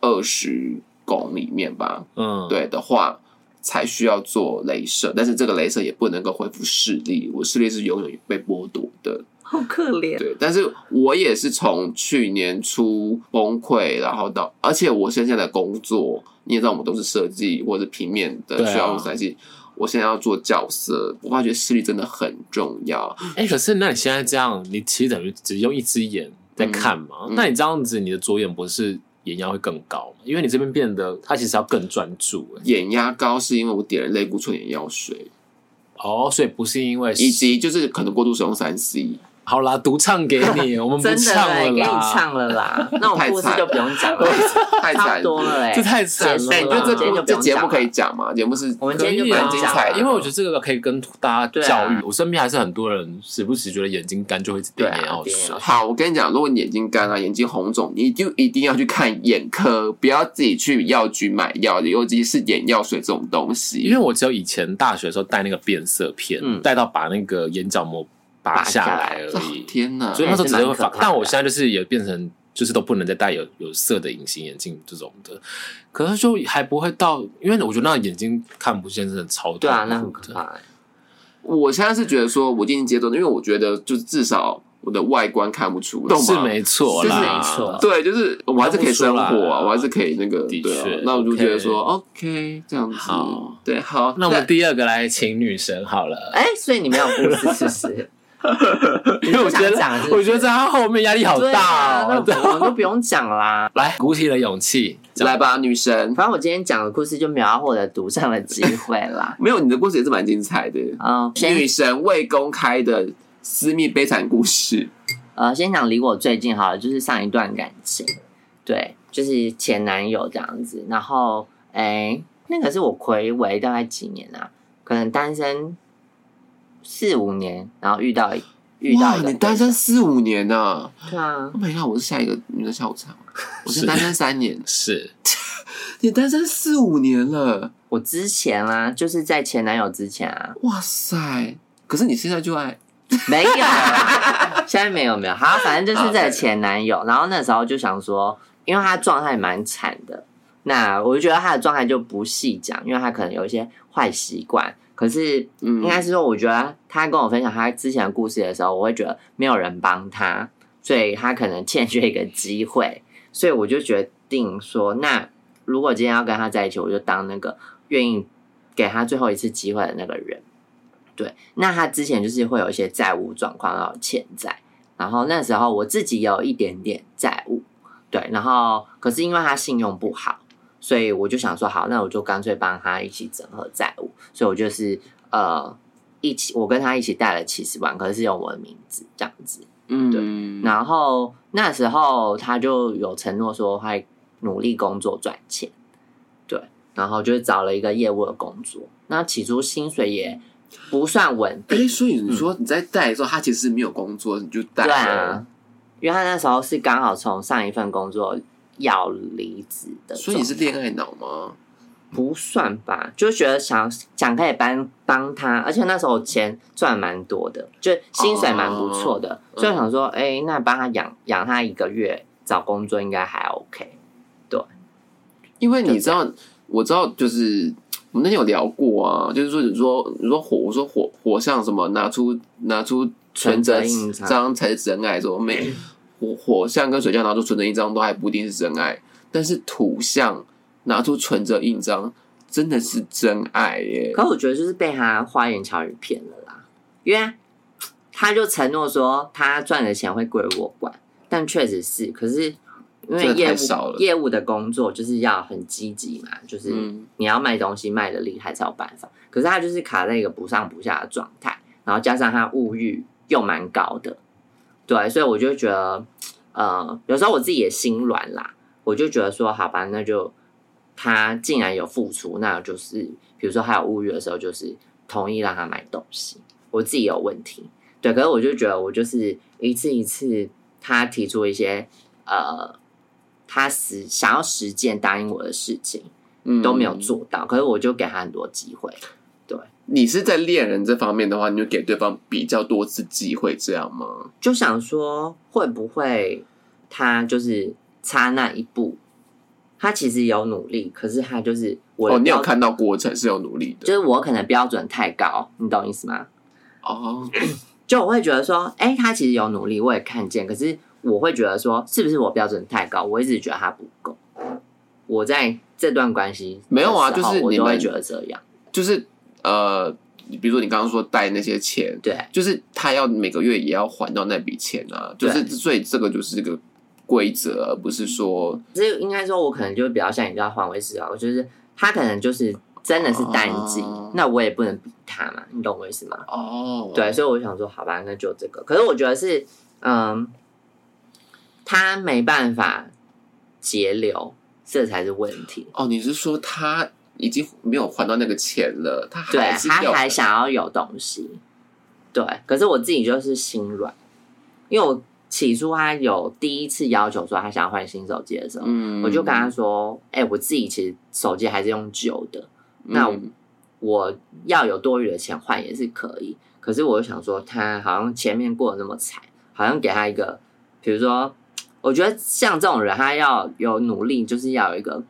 S1: 二十汞里面吧，
S2: 嗯，，
S1: 对的话，才需要做镭射，但是这个镭射也不能够恢复视力，我视力是永远被剥夺的。
S3: 好可怜，啊
S1: 对，但是我也是从去年初崩溃，然后到，而且我现在的工作，你也知道，我们都是设计或者平面的，
S2: 对啊
S1: 需要用三 C。我现在要做角色，我发觉视力真的很重要。
S2: 哎、可是那你现在这样，你其实等于只用一只眼在看嘛？
S1: 嗯嗯
S2: 那你这样子，你的左眼不是眼压会更高吗？因为你这边变得，它其实要更专注、哎
S1: 眼压高是因为我点了类固醇眼药水，
S2: 哦，所以不是因为
S1: 以及就是可能过度使用三 C。
S2: 好啦，独唱给你，我们 不
S3: 真的
S2: 唱
S3: 嘞，
S2: 了
S3: 给你
S2: 啦，
S3: 唱了啦，那种
S1: 太
S3: 故事
S1: 惨
S3: 就不用讲了，
S1: 太
S3: 差
S1: 惨
S3: 不多了哎，
S2: 这太惨了啦。
S1: 哎、你觉得这
S3: 今天就
S1: 个
S3: 不
S1: 这
S3: 用
S1: 节目
S3: 讲
S1: 可以
S3: 了
S1: 讲吗？节目是
S3: 我们
S2: 可
S3: 今天就
S2: 以
S3: 不
S2: 啊
S3: 用
S1: 蛮精
S3: 讲
S1: 彩
S3: 了，
S1: 的
S2: 因为我觉得这个可以跟大家
S3: 对啊
S2: 教育，我身边还是很多人时不时觉得眼睛干就会一直哦
S3: 对
S2: 点
S3: 啊
S2: 眼药
S3: 点眼
S2: 水
S3: 药。
S1: 好，我跟你讲，如果你眼睛干啊，眼睛红肿，你就一定要去看眼科，不要自己去药局买药，尤其是眼药水这种东
S2: 因
S1: 西
S2: 为。我只有以前大学的时候戴那个变色片，
S3: 嗯
S2: 戴到把那个眼角膜拔
S3: 拔
S2: 下来
S3: 下来
S2: 而
S1: 哦
S2: 已。
S1: 天哪！
S2: 所以那时候只是会
S3: 还是蛮
S2: 发
S3: 哎可怕的，
S2: 但我现在就是也变成就是都不能再戴有有色的隐形眼镜这种的，可是就还不会到，因为我觉得那眼睛看不见真的超痛苦
S3: 对
S2: 的
S3: 啊，那很可怕。哎
S1: 我现在是觉得说，我进行阶段，因为我觉得就是至少我的外观看不出来，
S2: 是
S1: 懂吗
S2: 没错啦，
S1: 是
S3: 没错
S1: 对，就是我还是可以生活
S2: 看不出来
S1: 啊，我还是可以那个，
S2: 的
S1: 对啊
S2: 确
S1: 那我就觉得说，OK，这样子
S2: 好，
S1: 对，好，
S2: 那我们
S1: 第，
S2: 第二个来请女神好了，
S3: 哎，所以你没有故事是不是？
S2: 因为我觉
S3: 你
S2: 得
S3: 不想讲是不是
S2: 我觉得在她后面压力好
S3: 对
S2: 大
S3: 啊，那
S2: 哦。
S3: 我 们都不用讲啦。
S2: 来，鼓起了勇气，讲
S1: 来吧，女神，。
S3: 反正我今天讲的故事就没有要获得独占的机会啦
S1: 没有你的故事也是蛮精彩的，
S3: 嗯，先
S1: 女神未公开的私密悲惨故事，
S3: 呃，先讲离我最近好了，就是上一段感情，对，就是前男友这样子。然后，哎、那个是我魁违大概几年啊？可能单身四五年，然后遇到遇到
S1: 哇，
S3: 一个
S1: 你单身四五年呢、啊？
S3: 对啊，
S1: Oh my god，我是下一个女的下午茶吗，我
S2: 是
S1: 是单身三 年，
S2: 是
S1: 你单身四五年了，
S3: 我之前啊，就是在前男友之前啊，
S1: 哇塞！可是你现在就爱，
S3: 没有， 现在没有没有，好，反正就是在前男友。然后那时候就想说，因为他状态蛮惨的，那我就觉得他的状态就不细讲，因为他可能有一些坏习惯。可是
S1: 嗯
S3: 应该是说，我觉得他跟我分享他之前的故事的时候，我会觉得没有人帮他，所以他可能欠缺一个机会，所以我就决定说，那如果今天要跟他在一起，我就当那个愿意给他最后一次机会的那个人。对，那他之前就是会有一些债务状况，然后欠债，然后那时候我自己有一点点债务，对，然后可是因为他信用不好，所以我就想说，好，那我就干脆帮他一起整合债务，所以我就是呃，一起我跟他一起贷了七十万，可是是用我的名字这样子，
S1: 嗯，
S3: 然后那时候他就有承诺说会努力工作赚钱，对，然后就是找了一个业务的工作。那起初薪水也不算稳
S1: 哎、
S3: 定，
S1: 所以你说你在带的时候，他其实没有工作，你就带
S3: 嗯对
S1: 了
S3: 啊，，因为他那时候是刚好从上一份工作要离职的状态，
S1: 所以你是恋爱脑吗？
S3: 不算吧，就觉得想想可以帮帮他，而且那时候钱赚蛮多的，就薪水蛮不错的，
S1: 哦
S3: 所以我想说，哎、那帮他养养他一个月，找工作应该还 OK。
S1: 因为你知道，我知道，就是我们那天有聊过啊，就是说，你说你说火，我说火火像什么？拿出拿出存折
S3: 存折印
S1: 一
S3: 章
S1: 张才是真爱，说没火火象跟水象拿出存折一张都还不一定是真爱，但是土象拿出存折印章真的是真爱耶！
S3: 可我觉得就是被他花言巧语骗了啦，因为他就承诺说他赚的钱会归我管，但确实是，可是因为
S1: 真的
S3: 业
S1: 太少
S3: 务
S1: 了
S3: 业务的工作就是要很积极嘛，就是
S1: 嗯
S3: 你要卖东西卖的厉害才有办法。可是他就是卡在一个不上不下的状态，然后加上他物欲又蛮高的，对，所以我就觉得，呃，有时候我自己也心软啦，我就觉得说，好吧，那就他竟然有付出，那就是比如说还有物欲的时候，就是同意让他买东西，我自己有问题，对，可是我就觉得我就是一次一次他提出一些呃，他实想要实践答应我的事情
S1: 嗯
S3: 都没有。做到，可是我就给他很多机会，
S1: 你是在恋人这方面的话，你就给对方比较多次机会，这样吗？
S3: 就想说会不会他就是差那一步，他其实有努力，可是他就是我的
S1: 哦，你有
S3: 标
S1: 看到过程是有努力
S3: 就
S1: 的
S3: 是我可能标准太高，你懂意思吗？
S1: 哦，
S3: 就我会觉得说，哎、他其实有努力，我也看见，可是我会觉得说，是不是我标准太高？我一直觉得他不够。我在这段关系的
S1: 没有啊
S3: 时候
S1: 就是
S3: 我
S1: 你
S3: 就会
S1: 们
S3: 觉得这样，
S1: 就是呃，比如说你刚刚说贷那些钱，
S3: 对
S1: 就是他要每个月也要还到那笔钱啊，就
S3: 对
S1: 是所以这个就是个规则，而不是说
S3: 可是应该说，我可能就比较像你知道换位思考，就是他可能就是真的是单机，
S1: 哦
S3: 那我也不能比他嘛，你懂我意思吗？
S1: 哦，
S3: 对，，所以我想说，好吧，那就这个。可是我觉得是，嗯，他没办法节流，这才是问题。
S1: 哦，你是说他已经没有还到那个钱了，他
S3: 对，
S1: 还是
S3: 他
S1: 要
S3: 还想要有东西。对，可是我自己就是心软，因为我起初他有第一次要求说他想要换新手机的时候，
S1: 嗯
S3: 我就跟他说：“哎、我自己其实手机还是用旧的，那我
S1: 嗯
S3: 我要有多余的钱换也是可以。可是我就想说，他好像前面过得那么惨，好像给他一个，比如说，我觉得像这种人，他要有努力，就是要有一个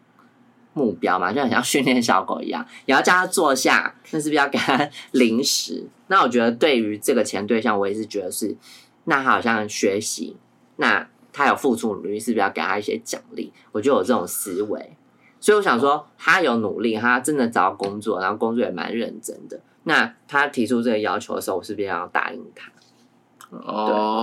S3: 目标嘛，就很像训练小狗一样，你要叫他坐下，那是不是要给他零食？那我觉得对于这个前对象，我也是觉得是，那他好像学习，那他有付出努力，是不是要给他一些奖励？我就有这种思维。所以我想说，他有努力，他真的找到工作，然后工作也蛮认真的。那他提出这个要求的时候，我是不是要答应他？对。啊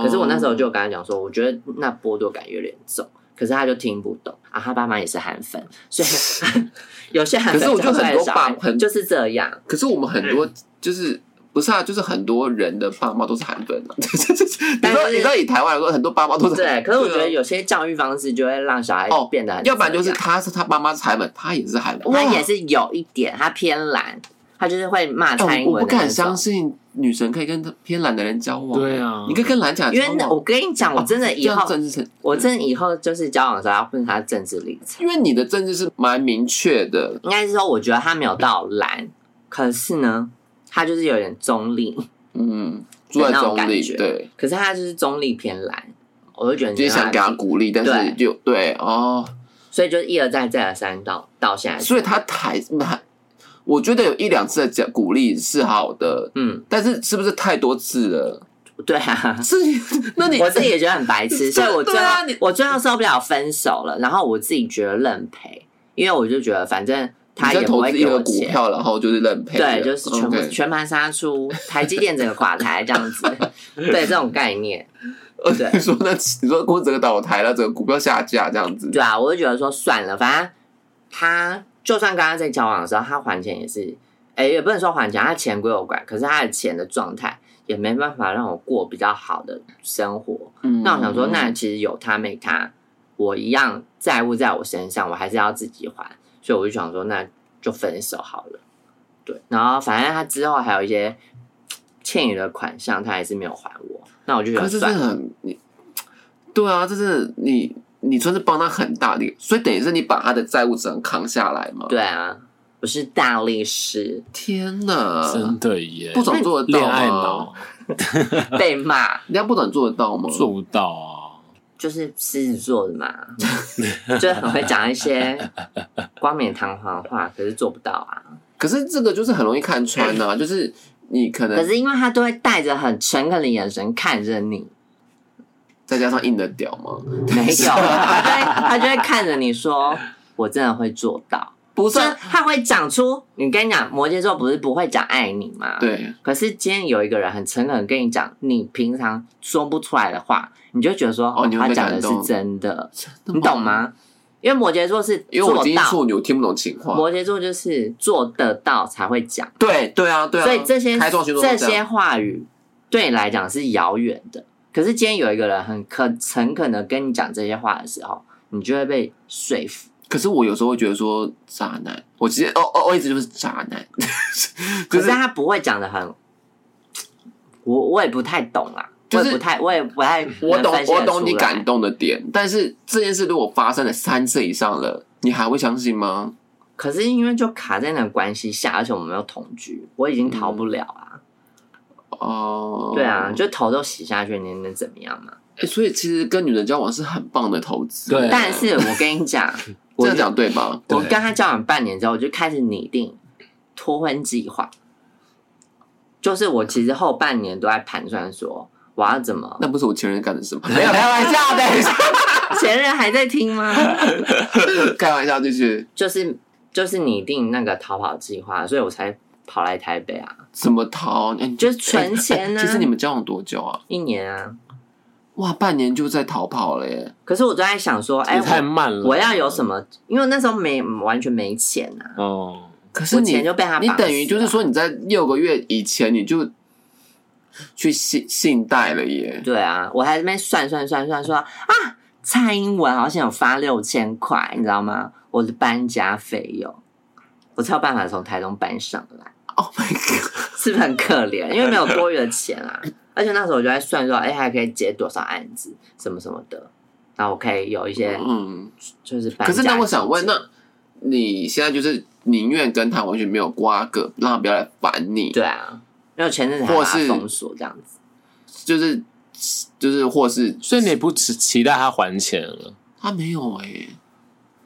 S1: 哦，
S3: 可是我那时候就跟他讲说，我觉得那剥夺感有点重。可是他就听不懂啊，他爸妈也是韩粉，所以 有些韩粉
S1: 可是我觉得
S3: 教出来
S1: 很
S3: 的
S1: 多
S3: 小孩
S1: 爸很
S3: 就是这样，
S1: 可是我们很多就是不是啊，就是很多人的爸妈都是韩 粉啊。你说
S3: 但是
S1: 你说以台湾来说，很多爸妈都是韩
S3: 对。可是我觉
S1: 对
S3: 得
S1: 啊
S3: 有啊些教育方式就会让小孩
S1: 哦
S3: 变得很
S1: 要不然就是
S3: 这样
S1: 他是他爸妈是韩粉，他也是韩粉，哇
S3: 他也是有一点他偏蓝，他就是会骂
S1: 哎我
S3: 蔡英文、
S1: 我不敢相。信女神可以跟偏蓝的人交往。
S2: 对啊
S1: 你可以跟蓝甲
S3: 因
S1: 交
S3: 为那我
S1: 往。哦
S3: 跟你讲，我真的
S1: 这
S3: 以后
S1: 样政治是，
S3: 我真的以后就是交往的时候要问他政治立场，
S1: 因为你的政治是蛮明确的，
S3: 应该是说我觉得他没有到蓝，可是呢，他就是有点中立，
S1: 嗯，住在
S3: 那种
S1: 中
S3: 感
S1: 立，
S3: 觉
S1: 对，
S3: 可是他就是中立偏蓝，我就觉得
S1: 就是想给他鼓励，但
S3: 对
S1: 是就对哦，
S3: 所以就是一而再再而三到到现在，
S1: 所以他还还，我觉得有一两次的奖鼓励是好的，
S3: 嗯，
S1: 但是是不是太多次了？
S3: 对啊，
S1: 是， 那你
S3: 我自己也觉得很白痴，所以我最
S1: 对
S3: 后、
S1: 啊你
S3: 我最后受不了分手了，然后我自己觉得认赔，因为我就觉得反正他
S1: 你就
S3: 也不
S1: 投
S3: 会
S1: 资一
S3: 给
S1: 个
S3: 我
S1: 股
S3: 钱，
S1: 票，然后就是认赔了，
S3: 对，就是全部
S1: OK
S3: 全盘杀出，台积电整个垮台这样子， 对这种概念，
S1: 而且
S3: 对
S1: 你说那你说公司整个倒台了，整个股票下架这样子，
S3: 对啊，我就觉得说算了，反正他就算跟他在交往的时候，他还钱也是，哎、也不能说还钱，他钱归我管，可是他的钱的状态也没办法让我过比较好的生活，
S1: 嗯
S3: 那我想说，那其实有他没他，我一样债务在我身上，我还是要自己还，所以我就想说，那就分手好了。对，然后反正他之后还有一些欠余的款项，他还是没有还我，那我就觉
S1: 可
S3: 得
S1: 是这
S3: 算
S1: 是
S3: 了，
S1: 很你，对啊，这是你你算是帮他很大力，所以等于是你把他的债务只能扛下来嘛。
S3: 对，啊，我是大力士，
S1: 天哪，
S2: 真的耶，
S1: 不懂做得
S2: 恋
S1: 到
S2: 爱
S1: 吗
S2: 脑？
S3: 被骂，
S1: 人家不懂做得到吗？
S2: 做不到啊，
S3: 就是狮子座的嘛， 就很会讲一些冠冕堂皇的话，可是做不到啊。
S1: 可是这个就是很容易看穿呐、就是你可
S3: 可
S1: 能
S3: 是因为他都会带着很诚恳的眼神看着你，
S1: 再加上硬的屌嘛，
S3: 没有，啊他就会他就会看着你说，我真的会做到，
S1: 不
S3: 不
S1: 是
S3: 是
S1: 啊？
S3: 他会讲出，你跟你讲，摩羯座不是不会讲爱你吗？。
S1: 对，
S3: 可是今天有一个人很诚恳地跟你讲，你平常说不出来的话，你就觉得说，
S1: 哦你会
S3: 他
S1: 被
S3: 讲
S1: 感
S3: 的
S1: 动
S3: 是真的，
S1: 真的
S3: 你懂？吗？因为摩羯座是
S1: 因为我
S3: 做
S1: 金
S3: 到，
S1: 处女，我听不懂情话。
S3: 摩羯座就是做得到才会讲。
S1: 对对啊，对啊，
S3: 所以这些
S1: 开创星座都
S3: 这
S1: 样
S3: 些话语对你来讲是遥远的。可是今天有一个人很肯诚恳的跟你讲这些话的时候，你就会被说服。
S1: 可是我有时候会觉得说渣男，我直接哦哦，我一直就是渣男， 就
S3: 可
S1: 是
S3: 是他不会讲的很，我我也不太懂啦，
S1: 就是
S3: 我也不太，我也不太能
S1: 我懂
S3: 分析得
S1: 我懂你
S3: 出来
S1: 感，动的点，但是这件事如果发生了三次以上了，你还会相信吗？
S3: 可是因为就卡在那个关系下，而且我们又同居，我已经逃不了啊。
S1: 哦、
S3: 对啊，就头都洗下去，你能怎么样嘛？
S1: 欸所以其实跟女人交往是很棒的投资，
S2: 对
S3: 但是我跟 你讲，
S1: 这
S3: 我
S1: 样讲对吧？
S3: 啊我
S2: 对
S3: 跟他交往半年之后，我就开始拟定脱婚计划，就是我其实后半年都在盘算说我要 怎么。
S1: 那不是我前任干的 事吗？没有，开玩笑，等一下，
S3: 前任还在听吗？
S1: 开玩笑，继续。
S3: 就是就是拟定那个逃跑计划，所以我才跑来台北啊，
S1: 怎么逃？欸、
S3: 就是存钱啊
S1: 欸其实你们交往多久啊？
S3: 一年啊。
S1: 哇，半年就在逃跑了耶！
S3: 可是我都在想说，哎、
S2: 也太
S3: 我
S2: 慢了。
S3: 我要有什么？因为那时候没完全没钱啊，
S2: 哦，
S1: 可是
S3: 我
S1: 你
S3: 钱就被他绑
S1: 你
S3: 死啊
S1: 等于就是，说你在六个月以前你就去信信贷了耶，
S3: 对啊，我还在那边算算算算说啊，蔡英文好像有发六千块，你知道吗？我的搬家费用，我才有办法从台东搬上来，
S1: Oh my god！
S3: 是不是很可怜？因为没有多余的钱 啊。而且那时候我就在算说，哎、还可以接多少案子，什么什么的，然后我可以有一些
S1: 嗯，
S3: 就是搬
S1: 可
S3: 家。
S1: 是那我想问，那你现在就是宁愿跟他完全没有瓜葛，让他不要来烦你，
S3: 对啊，因为我前阵子还
S1: 或
S3: 把它
S1: 是
S3: 封锁这样子，
S1: 就是就是或是
S2: 所以你也不期期待他还钱了，
S1: 他没有
S3: 欸
S1: 哎，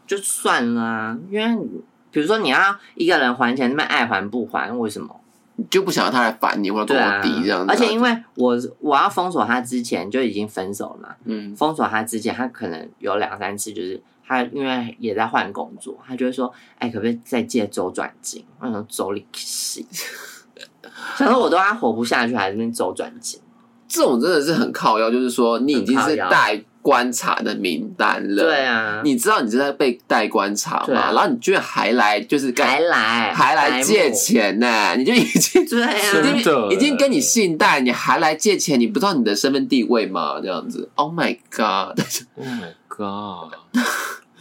S3: 就算了、啊，因为比如说你要一个人还钱，那么爱还不还，为什么？
S1: 你就不想要他来烦你或者
S3: 对
S1: 跟
S3: 啊
S1: 我敌这样子啊，
S3: 而且因为我我要封锁他之前就已经分手了嘛，
S1: 嗯，
S3: 封锁他之前，他可能有两三次，就是他因为也在换工作，他就会说：“哎，可不可以再借周转金？”我想说周里洗，想说我都要活不下去，还是那边周转金。
S1: 这种真的是很靠腰，就是说你已经
S3: 很靠
S1: 是
S3: 腰
S1: 待观察的名单了，
S3: 对。啊，
S1: 你知道你是在被待观察
S3: 对
S1: 嘛？
S3: 啊
S1: 然后你居然还来，就是干
S3: 还来
S1: 还来借，钱呢、你就已经
S3: 对
S1: 已
S2: 真
S3: 啊，
S2: 的
S1: 经已经跟你信贷，你还来借钱，你不知道你的身份地位吗？这样子，Oh my god！
S2: ？Oh my god！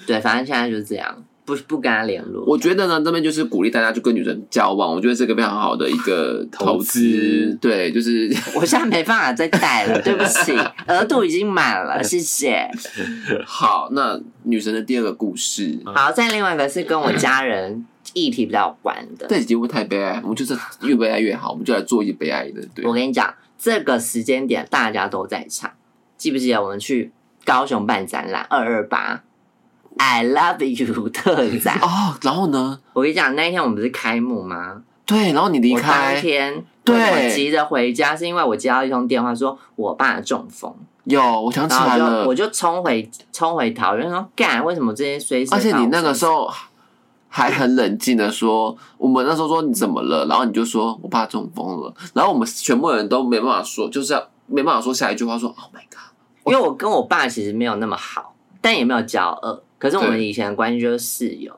S3: 对，反正现在就是这样，不不跟他联络。
S1: 我觉得呢，这边就是鼓励大家去跟女生交往，我觉得是个非常好的一个
S2: 投
S1: 投
S2: 资
S1: 对，就是
S3: 我现在没办法再贷了，对不 起，额度已经满了，谢谢。
S1: 好。那女神的第二个故事，
S3: 好，再另外一个是跟我家人议题比较有关的。
S1: 这集会不会太悲哀，我们就是越悲哀越好，我们就来做一悲哀的。对
S3: 我，跟你讲，这个时间点大家都在场，记不记得我们去高雄办展览二二八？ I love you 特展。
S1: 哦，然后呢？
S3: 我跟你讲，那一天我们不是开幕吗？
S1: 对，然后你离
S3: 我当
S1: 开，
S3: 天
S1: 对
S3: 我急着回家，是因为我接到一通电话，说我爸中风，
S1: 有，我想起
S3: 然后
S1: 来
S3: 我就
S1: 了
S3: 我，就冲回冲回桃园，说干，为什么这些衰事？
S1: 而且你那个时，候还很冷静的说，我们那时候说你怎么了，然后你就说我爸中风了，然后我们全部人都没办法说，就是要没办法说下一句话说 Oh my God，
S3: 因为我跟我爸其实没有那么好，但也没有交恶，可是我们
S1: 对
S3: 以前的关系就是室友，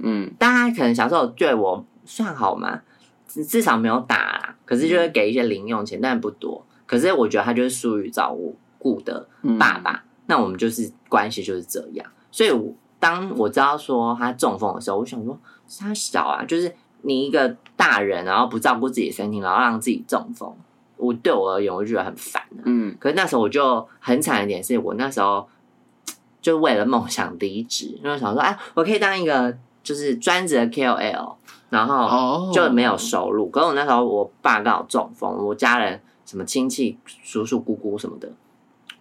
S1: 嗯，
S3: 大家可能小时候对我算好吗？至至少没有打啦，可是
S1: 嗯
S3: 就会给一些零用钱，但不多。可是我觉得他就是疏于照顾的
S1: 嗯
S3: 爸，爸，那我们就是关系就是这样。所以我当我知道说他中风的时候，我想说他小啊，就是你一个大人，然后不照顾自己的身体，然后让自己中风，我对我而言，我就觉得很烦啊。
S1: 嗯，
S3: 可是那时候我就很惨的点是，我那时候就为了梦想离职，因为我想说，哎，我可以当一个就是专职的 KOL，然后
S1: 哦，
S3: 就没有收入。可是我那时候我爸刚好中风，我家人什么亲戚、叔叔、姑姑什么的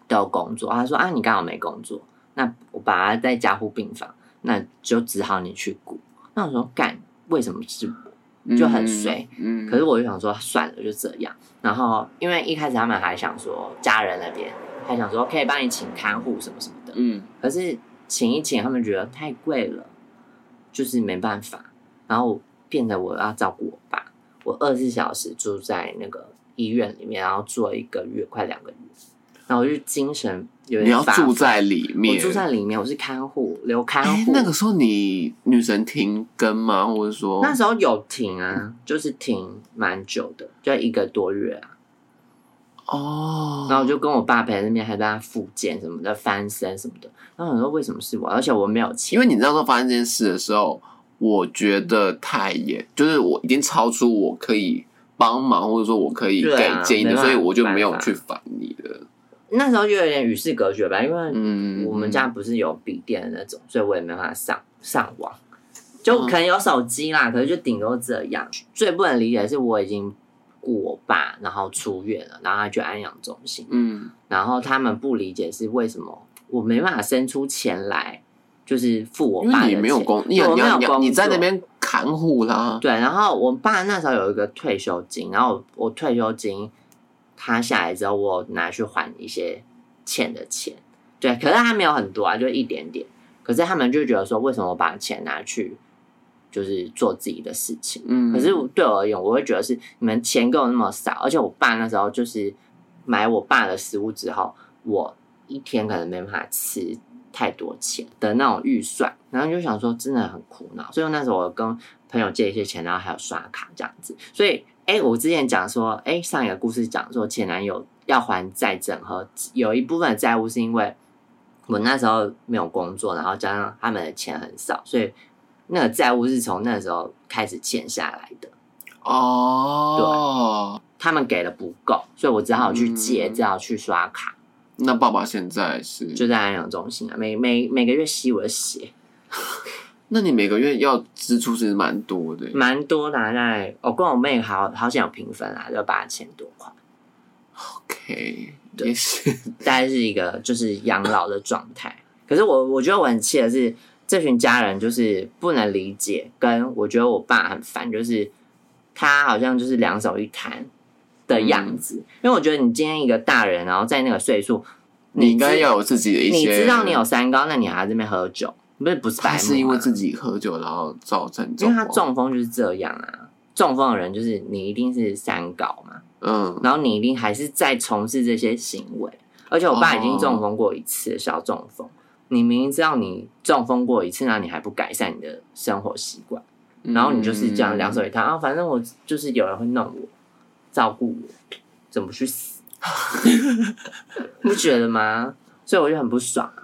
S3: 都有工作，他说啊，你刚好没工作，那我把他在加护病房，那就只好你去顾。那我说干，为什么是就很随
S1: 嗯，嗯，
S3: 可是我就想说，算了，就这样。然后因为一开始他们还想说家人那边还想说可以帮你请看护什么什么的，
S1: 嗯，
S3: 可是请一请他们觉得太贵了，就是没办法。然后变得我要照顾我爸，我二十四小时住在那个医院里面，然后住了一个月，快两个月。然后我就精神有
S1: 你
S3: 点
S1: 要
S3: 发
S1: 住在里面，
S3: 我住在里面，我是看护，留看
S1: 哎
S3: 护。
S1: 那个时候你女神停更吗？或者说
S3: 那时候有停啊，就是停蛮久的，就一个多月啊。
S1: 哦，
S3: 然后我就跟我爸陪在那边，还在那复健什么的，翻身什么的。然后我说为什么是我？而且我没有
S1: 因
S3: 钱，
S1: 为你那时候发生这件事的时候，我觉得太严，就是我已经超出我可以帮忙或者说我可以
S3: 对
S1: 给
S3: 啊
S1: 建议的，
S3: 没办法
S1: 所以我就没
S3: 没
S1: 有
S3: 办法
S1: 去烦你了。
S3: 那时候就有点与世隔绝吧，因为
S1: 嗯，
S3: 我们家不是有笔电的那种，所以我也没办法上上网，就可能有手机啦，可是就顶多这样。最不能理解的是，我已经顾我爸，然后出院了，然后他去安养中心，
S1: 嗯，
S3: 然后他们不理解是为什么我没办法生出钱来，就是付我
S1: 因
S3: 爸的
S1: 为你
S3: 钱。
S1: 没有工，你
S3: 我
S1: 你
S3: 没有
S1: 要你要
S3: 工
S1: 你在那
S3: 作
S1: 边看护啦，
S3: 对，然后我爸那时候有一个退休金，然后我退休金他下来之后，我拿去还一些欠的钱，对，可是他没有很多啊，就一点点。可是他们就觉得说，为什么我把钱拿去就是做自己的事情？
S1: 嗯，
S3: 可是对我而言，我会觉得是你们钱给我那么少，而且我爸那时候就是买我爸的食物之后，我一天可能没办法吃太多钱的那种预算，然后就想说真的很苦恼，所以那时候我跟朋友借一些钱，然后还有刷卡这样子，所以哎、我之前讲说，哎、上一个故事讲说前男友要还债整和有一部分的债务是因为我那时候没有工作，然后加上他们的钱很少，所以那个债务是从那时候开始欠下来的。
S1: 哦，
S3: 他们给的不够，所以我只好去借，
S1: 嗯
S3: 只好去刷卡，
S1: 那爸爸现在是，
S3: 就在安养中心啊，每每每个月吸我的血，
S1: 那你每个月要支出其实蛮多的，
S3: 蛮多的、啊。大概我跟我妹好好像有平分啊，就八千多块，
S1: OK，
S3: 对
S1: 也 是，
S3: 大概是一个就是养老的状态。可是我我觉得我很气的是，这群家人就是不能理解，跟我觉得我爸很烦，就是他好像就是两手一摊的
S1: 嗯
S3: 样子。因为我觉得你今天一个大人，然后在那个岁数，
S1: 你应该
S3: 知
S1: 要有自己的一
S3: 你
S1: 些，
S3: 知道你有三高，那你还在那边喝酒，不是不是白目
S1: 他
S3: 啊
S1: 是因为自，己喝酒然后造成
S3: 因
S1: 中风，
S3: 为他中风就是这样啊。中风的人就是你一定是三高嘛，
S1: 嗯，
S3: 然后你一定还是在从事这些行为。而且我爸已经中风过一次，小中风。你明明知道你中风过一次，那你还不改善你的生活习惯，
S1: 嗯
S3: 然后你就是这样两手一摊啊，反正我就是有人会弄我，照顾我，怎么去死？ 你不觉得吗？所以我就很不爽。啊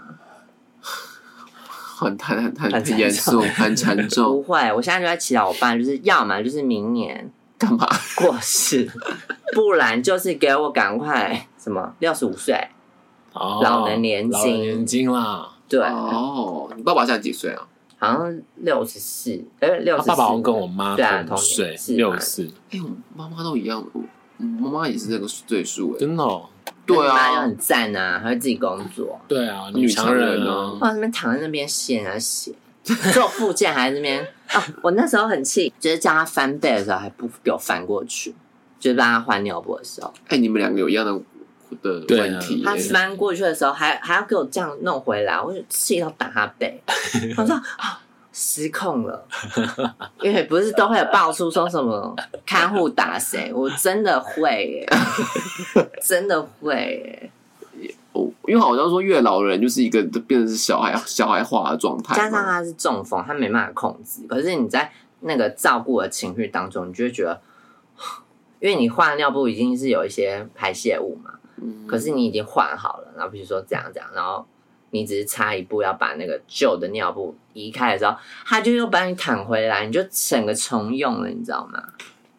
S1: 很很很很
S3: 很
S1: 很
S3: 沉
S1: 严肃，
S3: 重
S1: 很沉
S3: 不
S1: 重，
S3: 会，我现在就在祈祷我爸，就是要么就是明年
S1: 干嘛？
S3: 过世， 不然就是给我赶快什么六十五岁，
S2: 哦
S3: 老人年金
S2: 老人年金啦。
S3: 对，
S1: 哦，你爸爸现在几岁啊？
S3: 好像六十四，哎，六
S2: 他
S3: 十
S2: 爸爸好像跟我妈
S3: 对啊
S2: 同岁
S3: 同，年是
S2: 六四，
S1: 哎、我妈妈都一样，我我妈妈也是这个岁数哎、
S2: 真的哦
S1: 对啊嗯
S3: 那你妈就很赞啊，还会自己工作，
S2: 对啊，
S1: 女
S2: 女
S1: 强
S2: 强
S1: 人
S2: 人
S1: 啊
S2: 啊，
S3: 哇，那边躺在那边写啊 写，做附件还在那边。哦，我那时候很气，就是叫他翻背的时候还不给我翻过去，就是帮他换尿布的时候，
S1: 哎、你们两个有一样的的
S2: 对啊
S1: 问题耶、
S3: 他翻过去的时候还还要给我这样弄回来，我就气到打他背。我说啊，失控了，因为不是都会有爆出说什么看护打谁，我真的会耶、 真的会耶、
S1: 我哦因为好像说越老人就是一个变成是小孩小孩化的状态嘛，
S3: 加上他是中风，他没办法控制。可是你在那个照顾的情绪当中，你就会觉得， 因为你换尿布已经是有一些排泄物嘛，
S1: 嗯
S3: 可是你已经换好了，然后比如说这样这样，然后你只是差一步要把那个旧的尿布移开的时候，他就又把你弹回来，你就整个重用了，你知道吗？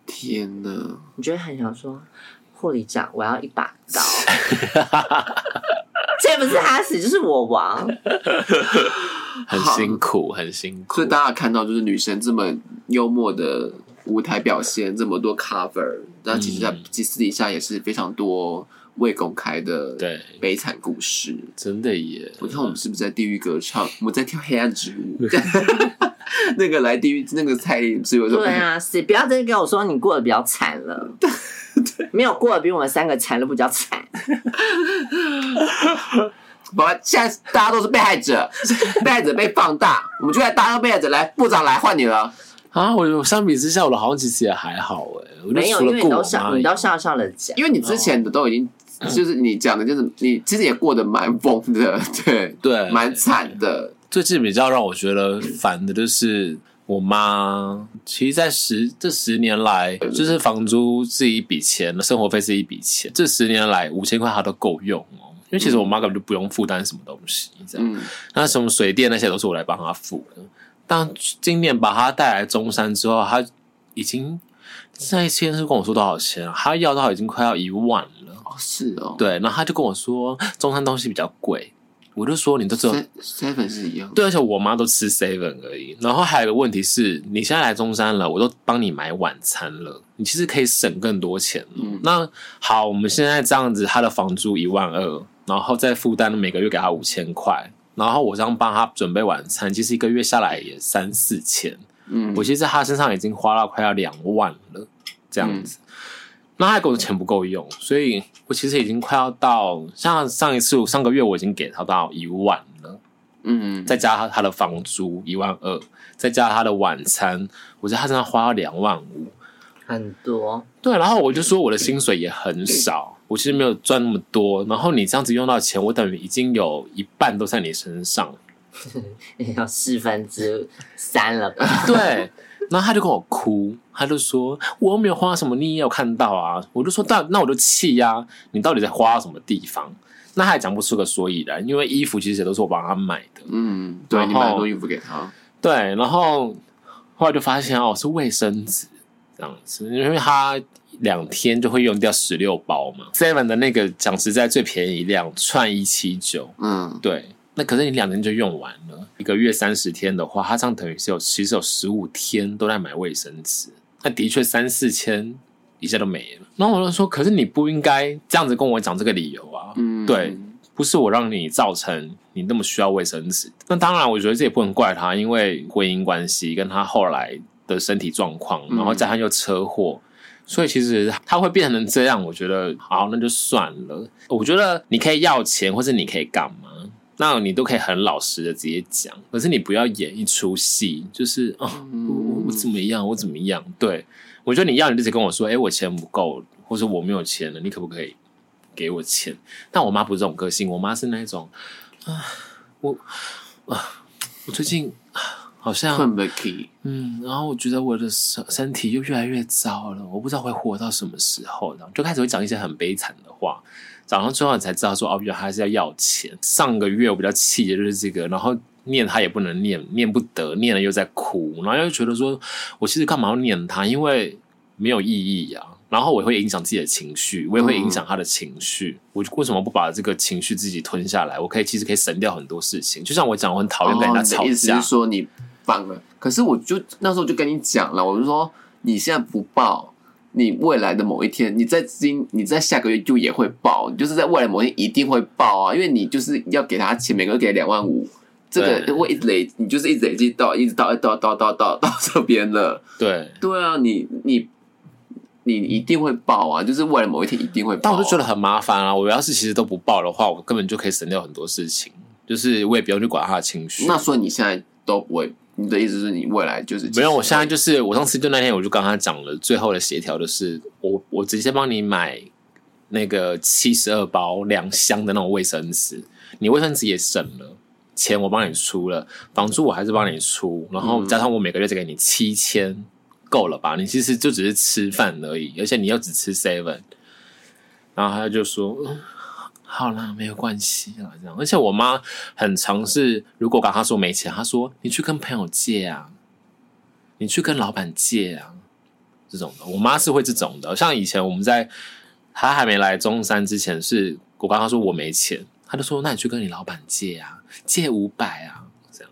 S1: 天哪，
S3: 你就会很想说，护理长，我要一把刀。 这不是他死，就是我亡。
S2: 很辛苦，很辛苦
S1: 所以。大家看到就是女生这么幽默的舞台表现，这么多 cover，但其实在
S2: 嗯
S1: 其实私底下也是非常多未公开的
S2: 对，
S1: 悲惨故事。
S2: 真的耶，
S1: 我看我们是不是在地狱歌唱，我们在跳黑暗之舞。 那个来地狱，那个蔡依林不是有说，
S3: 对啊，是不要再跟我说你过得比较惨了，没有过得比我们三个惨了不叫惨，
S1: 我们现在大家都是被害者，被害者被放大，我们就来搭上被害者来，部长来换你了。
S2: 啊！我我相比之下，我的好像其实也还好哎，我
S3: 没
S2: 就
S3: 有，
S2: 除
S3: 因
S2: 了
S3: 为
S2: 顾
S3: 你
S2: 我
S3: 都笑，
S2: 妈
S3: 你
S2: 以
S3: 都
S2: 外，
S3: 笑笑的讲，
S1: 因为你之前的都已经，
S2: 哦
S1: 就是你讲的，就是你其实也过得蛮疯的，对，
S2: 对，
S1: 蛮惨的。
S2: 最近比较让我觉得烦的就是我妈，其实，在十这十年来，就是房租是一笔钱，生活费是一笔钱，这十年来五千块她都够用哦。因为其实
S3: 嗯
S2: 我妈根本就不用负担什么东西，这样，
S1: 嗯，
S2: 那什么水电那些都是我来帮她付的。但今年把她带来中山之后，她已经那一天是跟我说多少钱啊？她要到已经快要一万了。
S1: 哦，是哦，
S2: 对，然后她就跟我说中山东西比较贵，我就说你都只有
S1: Se-，seven 是一样的。
S2: 对，而且我妈都吃 seven 而已。然后还有一个问题是，你现在来中山了，我都帮你买晚餐了，你其实可以省更多钱了。
S1: 嗯
S2: 那好，我们现在这样子，她的房租一万二，然后再负担每个月给她五千块，然后我这样帮她准备晚餐，其实一个月下来也三四千。
S1: 嗯，
S2: 我其实在她身上已经花了快要两万了，
S1: 嗯
S2: 这样子。那她给我的钱不够用，所以我其实已经快要到像上一次上个月我已经给她到一万了。
S1: 嗯，
S2: 再加上他的房租一万二，再加上他的晚餐，我在他身上花了两万五。
S3: 很多，
S2: 对，然后我就说我的薪水也很少，我其实没有赚那么多。然后你这样子用到钱，我等于已经有一半都在你身上。
S3: 要四分之三了吧？
S2: 对，然后他就跟我哭，他就说我又没有花什么，你也有看到啊。我就说那那我就气呀、你到底在花到什么地方？那他也讲不出个所以然，因为衣服其实也都是我帮他买的。
S1: 嗯，对
S2: 然
S1: 你买很
S2: 后
S1: 多衣服给他，
S2: 对，然后后来就发现哦，是卫生纸这样子，因为它两天就会用掉十六包嘛。Seven 的那个讲实在最便宜量串一七九，
S1: 嗯，
S2: 对，那可是你两天就用完了，一个月三十天的话，它这样等于是有其实有十五天都在买卫生纸，那的确三四千一下都没了。然后我就说，可是你不应该这样子跟我讲这个理由啊，
S1: 嗯，
S2: 对，不是我让你造成你那么需要卫生纸。那当然，我觉得这也不能怪他，因为婚姻关系跟他后来的身体状况，
S1: 嗯
S2: 然后加上又车祸。所以其实他会变成这样，我觉得好，那就算了。我觉得你可以要钱，或者你可以干嘛，那你都可以很老实的直接讲。可是你不要演一出戏，就是哦，
S1: 嗯
S2: 我我我怎么样，我怎么样？对我觉得你要你就直接跟我说，哎、我钱不够，或者我没有钱了，你可不可以给我钱？但我妈不是这种个性，我妈是那种啊，我啊，我最近啊好像
S1: 困不起，
S2: 嗯，然后我觉得我的身身体又越来越糟了，我不知道会活到什么时候，然后就开始会讲一些很悲惨的话。讲到最后你才知道说，哦，原来还是要要钱。上个月我比较气的就是这个，然后念他也不能念，念不得，念了又在哭，然后又觉得说我其实干嘛要念他，因为没有意义啊。然后我会影响自己的情绪，我也会影
S1: 嗯
S2: 响他的情绪。我为什么不把这个情绪自己吞下来？我可以其实可以省掉很多事情。就像我讲，我很讨厌跟人
S1: 哦
S2: 家
S1: 你
S2: 吵
S1: 的意思
S2: 架，
S1: 是说你放了，可是我就那时候就跟你讲了，我就说你现在不报，你未来的某一天，你在今你在下个月就也会报，你就是在未来某一天一定会报啊，因为你就是要给他钱，每个月给两万五，这
S2: 对
S1: 个会一直累，你就是一直累积到一直到到到到到到这边了。
S2: 对，
S1: 对啊，你你你一定会报啊，就是未来某一天一定会报、
S2: 但我就觉
S1: 得，
S2: 得很麻烦啊！我要是其实都不报的话，我根本就可以省掉很多事情，就是我也不用去管他的情绪。
S1: 那所以你现在都不会，你的意思是你未来就是
S2: 没有，我现在就是我上次就那天我就跟他讲了，最后的协调就是我我直接帮你买那个七十二包两箱的那种卫生纸，你卫生纸也省了。钱我帮你出了，房租我还是帮你出，然后加上我每个月只给你七千，够了吧？你其实就只是吃饭而已，而且你又只吃 seven，然后他就说：“嗯好啦，没有关系啦。”这样，而且我妈很尝试，如果跟她说没钱，她说：“你去跟朋友借啊，你去跟老板借啊。”这种的，我妈是会这种的。像以前我们在她还没来中山之前是，我跟她说我没钱，她就说：“那你去跟你老板借啊，借五百啊。”这样，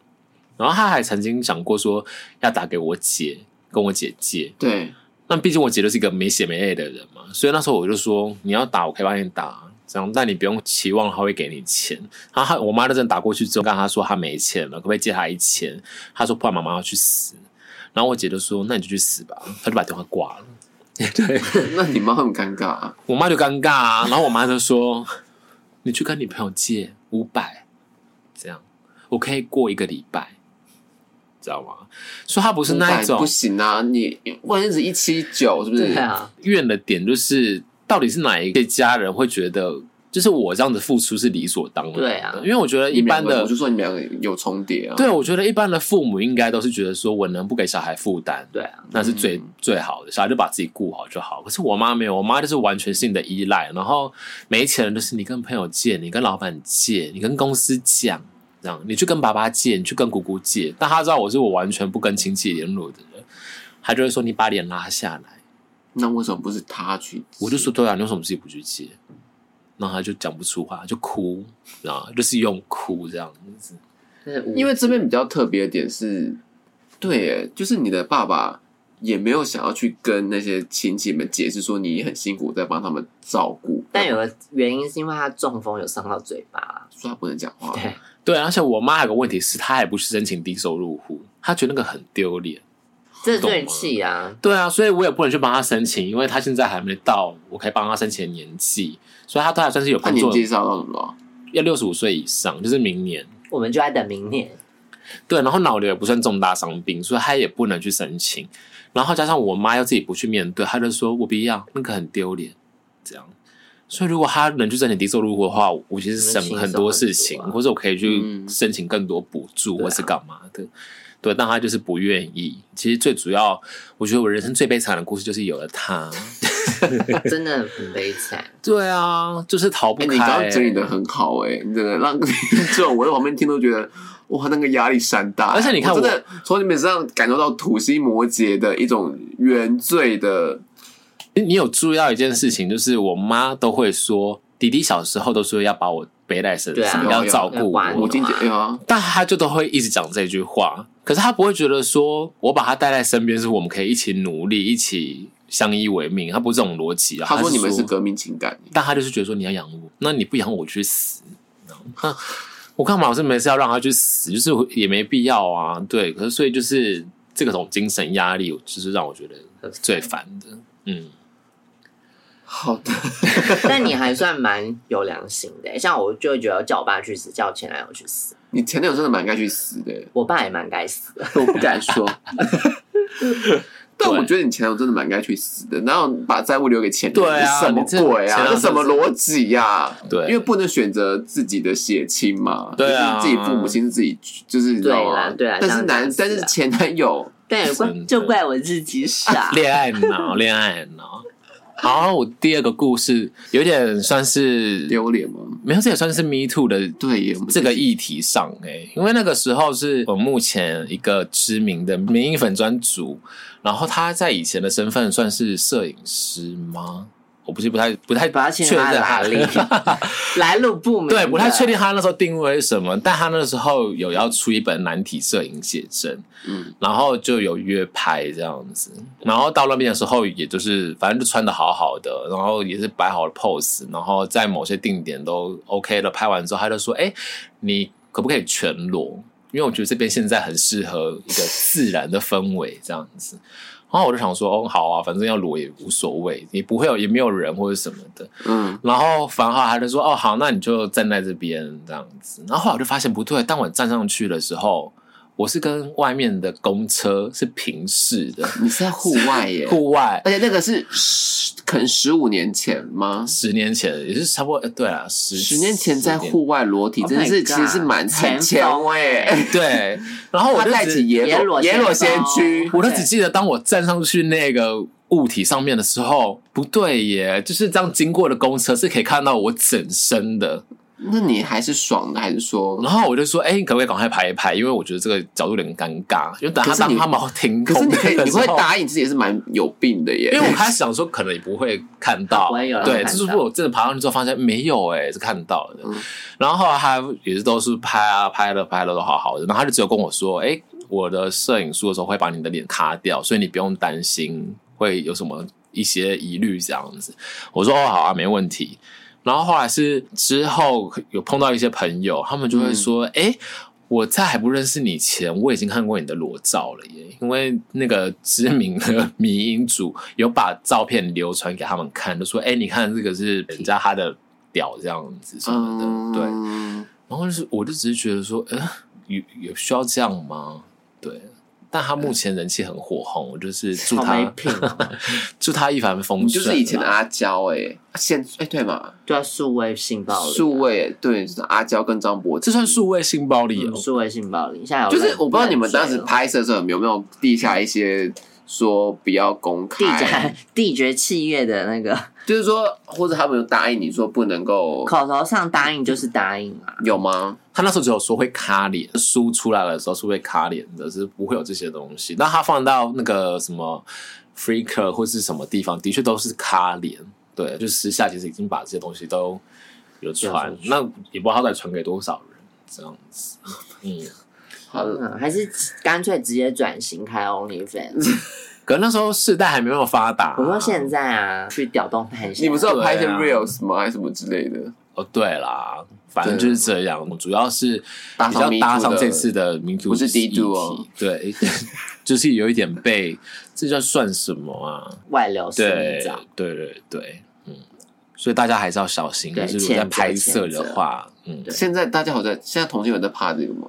S2: 然后她还曾经想过说要打给我姐，跟我姐借。
S1: 对
S2: 那毕竟我姐就是一个没血没泪的人嘛，所以那时候我就说，你要打我可以帮你打，啊这样，但你不用期望她会给你钱。然后她我妈就真的打过去之后，跟她说她没钱了，可不可以借她一千？她说不然妈妈要去死。然后我姐就说那你就去死吧，她就把电话挂了。对
S1: 那你妈很尴尬、啊，
S2: 我妈就尴尬啊，然后我妈就说你去跟你朋友借五百，这样我可以过一个礼拜，知道吗？所以她不是那一种
S1: 不行啊，你万日子一七九是不是
S3: 对？啊，
S2: 怨的点就是，到底是哪一个家人会觉得，就是我这样子付出是理所当然的？
S3: 对啊
S2: 因为我觉得一
S1: 你们两
S2: 般
S1: 个
S2: 的
S1: 我就，说你们两个有重叠啊。
S2: 对我觉得一般的父母应该都是觉得说我能不给小孩负担，
S3: 对啊，
S2: 那是最、最好的，小孩就把自己顾好就好。可是我妈没有，我妈就是完全是你的依赖，然后没钱的就是你跟朋友借，你跟老板借，你跟公司讲，这样你去跟爸爸借，你去跟姑姑借，但她知道我是我完全不跟亲戚联络的人，她就会说你把脸拉下来。
S1: 那为什么不是他去？
S2: 我就说对啊，你为什么自己不去接？然后他就讲不出话，就哭，然后就是用哭这样子。
S3: 就是无
S1: 因为这边比较特别的点是，对耶，就是你的爸爸也没有想要去跟那些亲戚们解释说你很辛苦在帮他们照顾，
S3: 但有个原因是因为他中风有伤到嘴巴啦，
S1: 说他不能讲话，
S3: 对，
S2: 对，而且我妈还有个问题是，她也不是申请低收入户，她觉得那个很丢脸。
S3: 这
S2: 懂吗
S3: 最气啊，
S2: 对啊，所以我也不能去帮她申请，因为她现在还没到我可以帮她申请的年纪，所以她都还算是有
S1: 他
S2: 工
S1: 年
S2: 作，
S1: 纪是要到什么啊？
S2: 要六十五岁以上，就是明年。
S3: 我们就在等 明年，
S2: 对，然后脑瘤也不算重大伤病，所以她也不能去申请。然后加上我妈又自己不去面对，她就说我不要，那个很丢脸，这样。所以如果她能去申请低收入户的话，我其实省很多事情，
S3: 能轻松很多啊
S2: 或者我可以去
S1: 嗯
S2: 申请更多补助、
S3: 对啊
S2: 或是干嘛的。对，但她就是不愿意。其实最主要，我觉得我人生最悲惨的故事就是有了她。
S3: 真的很悲惨。
S2: 对啊，就是逃不
S1: 哎、
S2: 开、
S1: 你刚刚整理的很好哎、你真的 让这种我在旁边听都觉得。哇，那个压力山大！
S2: 而且你看
S1: 我
S2: 我
S1: 真的从你们身上感受到土星摩羯的一种原罪的
S2: 你你有注意到一件事情，就是我妈都会说，弟弟小时候都说要把我背在身
S3: 对啊
S2: 上，
S1: 有
S2: 要
S1: 有
S2: 照
S3: 要
S2: 顾
S3: 管
S2: 我
S1: 母亲节哎呀、
S2: 但他就都会一直讲这句话，可是他不会觉得说我把他带在身边，是我们可以一起努力，一起相依为命，他不是这种逻辑啊。
S1: 他说你们
S2: 是
S1: 是，革命情 感，
S2: 但他就是觉得说你要养我，那你不养我我去死，那我干嘛？我是没事要让他去死，就是也没必要啊。对，可是所以就是这种精神压力，就是让我觉得最烦的。嗯，
S1: 好的，
S3: 但你还算蛮有良心的，欸像我就会觉得叫我爸去死，叫我前男友去死，
S1: 你前男友真的蛮该去死 的，
S3: 我爸也蛮该死的。
S1: 我不敢说。 但
S2: 对
S1: 我觉得你前男友真的蛮该去死的，然后把债务留给前男友，
S2: 对啊
S1: 什么
S2: 你这
S1: 鬼
S2: 前
S1: 啊？
S2: 男友
S1: 这什么逻辑呀？
S2: 对
S1: 因为不能选择自己的血亲嘛，
S2: 对啊
S1: 就是自己父母亲是自己，就是你知道吗？
S3: 对啦对啦
S1: 但是
S3: 这样
S1: 男
S3: 讲，是啊
S1: 但是前男友，
S3: 但也怪
S2: 真的
S3: 就怪我自己
S1: 啊
S3: 傻。
S2: 恋爱脑，恋爱脑。好，我第二个故事有点算是
S1: 丢脸吗？
S2: 没有，这也算是 Me Too 的
S1: 对耶，我们
S2: 这个
S1: 自己
S2: 议题上哎、欸因为那个时候是我目前一个知名的民营粉专主，然后他在以前的身份算是摄影师吗？我不是不太不太
S3: 把它牵扯
S2: 确
S3: 到
S2: 认
S3: 哪里
S1: 啊
S3: 来路 不明。
S2: 对，不太确定。他那时候定位是什么，但他那时候有要出一本难题摄影写真，
S1: 嗯，
S2: 然后就有约拍这样子，然后到那边的时候，也就是反正就穿的好好的，然后也是摆好了 pose，然后在某些定点都 OK 了，拍完之后他就说：“哎、你可不可以全裸？”因为我觉得这边现在很适合一个自然的氛围这样子。然后我就想说，哦，好啊，反正要裸也无所谓，也不会有也没有人或者什么的。
S1: 嗯，
S2: 然后樊浩他就说：“哦，好，那你就站在这边这样子。”然后后来我就发现不对，当我站上去的时候，我是跟外面的公车是平 视的，
S1: 你是在户外耶，
S2: 户外
S1: 而且那个是十，可能十五年前吗？
S2: 十年前也是差不多，呃对啊，十
S1: 十年前在户外裸体，
S3: Oh
S1: 真的是
S3: my
S1: 其实是蛮
S3: God，
S1: 很
S3: 前
S1: 前
S3: 锋
S1: 卫。
S2: 对，然后我
S1: 他
S2: 就
S1: 带
S2: 只
S1: 起野
S3: 野
S1: 裸
S3: 裸
S1: 野裸
S3: 先
S1: 先
S3: 锋
S1: 驱，
S2: 我就只记得当我站上去那个物体上面的时候，不对耶，就是这样经过的公车是可以看到我整身的。
S1: 那你还是爽的，还是 说？
S2: 然后我就说：“哎、你可不可以赶快拍一拍？因为我觉得这个角度有点尴尬，因为等他
S1: 可是
S2: 当
S1: 你
S2: 他们停
S1: 可是
S2: 空
S1: 你可以，
S2: 的
S1: 你
S2: 时候
S1: 会，答应自己也是蛮有病的耶。
S2: 因为我开始想说可能也不会看到，
S3: 不会有人
S2: 对，
S3: 看到
S2: 就是我真的爬上去之后发现没有、哎，是看到的。
S1: 嗯
S2: 然后后来他也是都是拍啊拍了拍了都好好的，然后他就只有跟我说：哎、我的摄影书的时候会把你的脸卡掉，所以你不用担心会有什么一些疑虑这样子。我说哦，好啊，没问题。然后后来是之后有碰到一些朋友，他们就
S1: 嗯
S2: 会说，哎、我在还不认识你前，我已经看过你的裸照了耶，因为那个知名的迷因主有把照片流传给他们看，就说，哎、你看这个是人家他的屌这样子什么的，对。
S1: 嗯，
S2: 然后就是，我就只是觉得说，呃，有有需要这样吗？对，但他
S1: 嗯
S2: 目前人气很火红，我就是祝
S3: 好没
S2: 他
S3: 品哦，
S2: 祝他一帆风
S1: 你
S2: 顺。啊
S1: 就是以前的，阿娇哎，现哎对嘛，
S3: 对啊，数位性暴力 啊，
S1: 数位对，就是阿娇跟张柏芝
S2: 这算数位性暴力
S3: 嗯
S2: 哦。
S3: 数位性暴力。现在有
S1: 就是
S3: 人
S1: 我不知道你们当时
S3: 人
S1: 拍摄的时候有没有地下一些说不要公
S3: 追了地
S1: 开，
S3: 下地爵契约的那个
S1: 就是说或者他们有答应你说不能够
S3: 口头上答应就是答应啊，
S1: 有吗？
S2: 他那时候只有说会卡脸，书出来的时候是会卡脸的，是不会有这些东西。那他放到那个什么 Freaker 或是什么地方，的确都是卡脸。对，就私下其实已经把这些东西都有传
S3: 有，
S2: 那也不知道他在传给多少人这样子。嗯。
S1: 好了，
S3: 嗯，还是干脆直接转 型开 OnlyFans。
S2: 可能那时候世代还没有发达、
S3: 我说现在啊，去调动拍
S1: 你不是有拍一些
S2: 对啊
S1: reels 吗？还是什么之类的？
S2: 哦，对啦，反正就是这样，主要是
S1: 搭
S2: 比较
S1: 上 Me Too
S2: 搭上
S1: 的
S2: 这次的民族
S1: 不是
S2: 议
S1: Me Too
S2: 题
S1: 哦
S2: 对， 就是有一点被这叫算什么啊？
S3: 外流生
S2: 对
S3: 长，，
S2: 对对对，嗯，所以大家还是要小心，就
S3: 对
S2: 是如果在
S3: 谴责
S2: 拍摄
S3: 谴责
S2: 的话，嗯，
S1: 现在大家好像现在同性有在怕这个吗？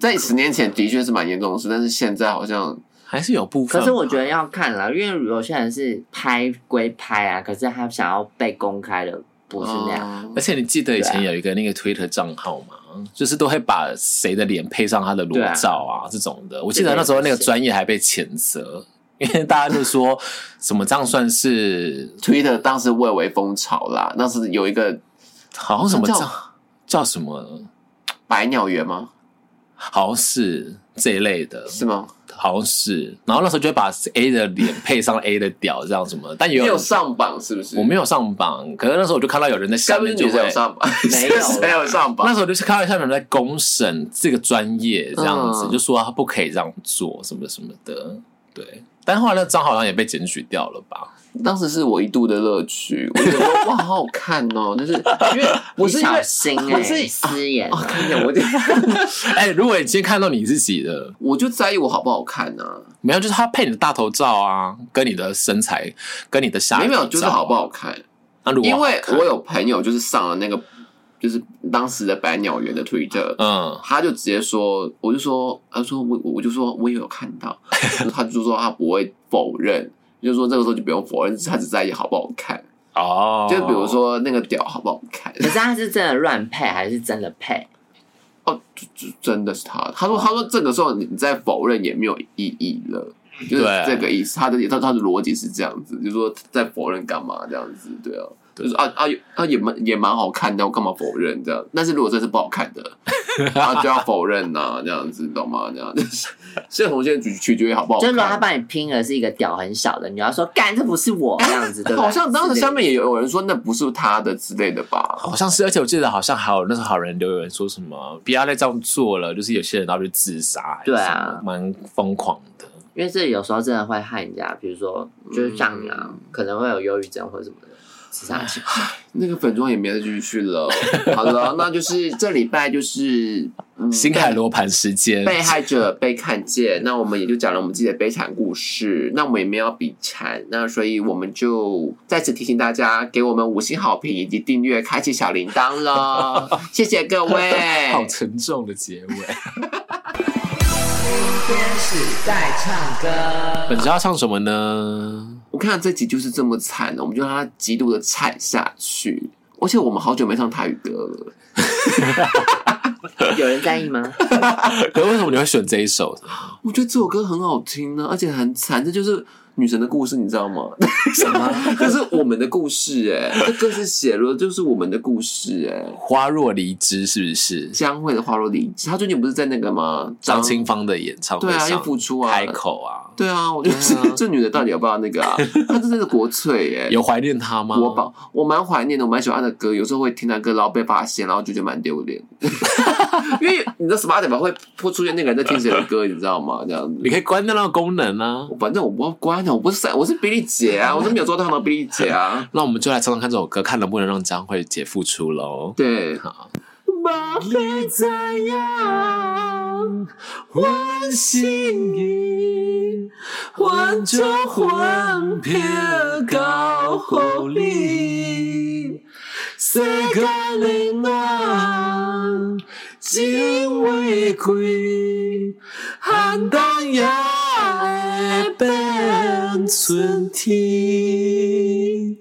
S1: 在十年前的确是蛮严重的事，但是现在好像
S2: 还是有部分
S3: 可
S2: 吧。
S3: 是我觉得要看啦，因为有些人是拍归拍啊，可是他想要被公开的不是那样，
S1: 嗯
S2: 而且你记得以前
S3: 对啊
S2: 有一个那个推特账号嘛，就是都会把谁的脸配上他的裸照啊这种的。我记得那时候那个专业还被谴责， 因为大家就说什么这样算是
S1: Twitter 当时蔚为风潮啦，当时有一个
S2: 好像什么
S1: 那叫
S2: 叫叫什么，
S1: 百鸟园吗？
S2: 好像是这一类的，
S1: 是吗？
S2: 好像是。然后那时候就会把 A 的脸配上 A 的 A 的屌这样什么的，但也
S1: 你有
S2: 有
S1: 上榜是不是？
S2: 我没有上榜，可是那时候我就看到有人在
S1: 该
S2: 下
S1: 不是
S2: 面就
S1: 女生有
S2: 会。
S1: 上榜，
S3: 没有啦
S1: 是谁哎有上
S2: 那
S1: 榜？
S2: 时候就是看到下面在公审这个专业这样子，
S1: 嗯
S2: 就说他不可以这样做什么什么的，对。但后来那张好像也被检举掉了吧？
S1: 当时是我一度的乐趣，我就觉得哇，好好看哦，就是因 为不是
S3: 你
S1: 因
S3: 小
S1: 为
S3: 心
S1: 我
S3: 哎、
S1: 是
S3: 私言
S1: 哦，看一下我就
S2: 哎、如果你今天看到你自己的，
S1: 我就在意我好不好看啊，
S2: 没有，就是他配你的大头照啊，跟你的身材，跟你的下
S1: 没有没有，
S2: 体
S1: 就是
S2: 照啊
S1: 好不好看。
S2: 那如果
S1: 因为
S2: 好看
S1: 我有朋友就是上了那个，就是当时的百鸟园的推特，
S2: 嗯，
S1: 他就直接说，我就说，他说我我我就说我也有看 到，他就说他不会否认，就说这个时候就不用否认，他只在意好不好看，
S2: 哦，
S1: 就比如说那个屌好不好看，
S3: 可是他是真的乱配还是真的配？
S1: 哦，就就真的是他，他
S2: 哦
S1: 说他说这个时候你再否认也没有意义了。就是
S2: 对
S1: 这个意思，他的他他的逻辑是这样子，就是说再否认干嘛这样子，对啊，
S2: 对
S1: 就是啊啊啊也蛮也蛮好看的，我干嘛否认这样？但是如果真的是不好看的，然后就要否认呐、这样子懂吗？这样 子，所以红线取取决于好不好
S3: 就是
S1: 看。
S3: 如果他帮你拼的是一个屌很小的，你要说干这不是我这样子，对 不对？
S1: 好像当时下面
S3: 也
S1: 也有人说那不是他的之类的吧？
S2: 好像是，而且我记得好像还有那时候好人留言说什么不要再这样做了，就是有些人然后就自杀，
S3: 对啊
S2: 蛮疯狂的。
S3: 因为这有时候真的会害人家，比如说就是像你啊，可能会有忧郁症或者什么的自杀倾向。
S1: 那个粉妆也没再继续 了。好了，那就是这礼拜就是、嗯、
S2: 星海罗盘时间，。
S1: 被害者被看见，那我们也就讲了我们自己的悲惨故事，那我们也没有要比惨，那所以我们就再次提醒大家，给我们五星好评以及订阅，开启小铃铛了， 谢谢各位
S2: 好沉重的结尾。本周要唱什么呢？
S1: 我看到这集就是这么惨，我们就让它极度的惨下去。而且我们好久没唱台语歌了，
S3: 有人在意吗？
S2: 可是为什么你会选这一首？
S1: 我觉得这首歌很好听呢、而且很惨，这就是女神的故事，你知道吗？ 什么？这是我们的故事哎、这歌是写了，就是我们的故事哎、
S2: 花若离枝是不是？
S1: 江蕙的花落离枝，她最近不是在那个吗？
S2: 张清芳的演唱会
S1: 对啊，
S2: 上
S1: 又复出啊，
S2: 开口啊，
S1: 对啊，我 就是、
S2: 对啊
S1: 这女的到底要不要那个 啊？她真的是国粹耶、
S2: 有怀念他吗？
S1: 国宝，我蛮怀念的，我蛮喜欢她的歌，有时候会听她歌，然后被发现，然后就觉得蛮丢 脸，因为你知道 Spotify 会会出现那个人在听谁的歌，你知道吗？这样子
S2: 你。可以关掉那个功能啊。
S1: 反正我不要关的，我不是我是比利姐啊，我是没有做到的比利姐啊。
S2: 那我们就来唱唱看这首歌，看能不能让张惠姐复出喽。
S1: 对，
S2: 好，
S1: 麻
S2: 你怎样换心意，换就换撇到狐狸，世界冷暖真畏贵，寒冬也会变春天。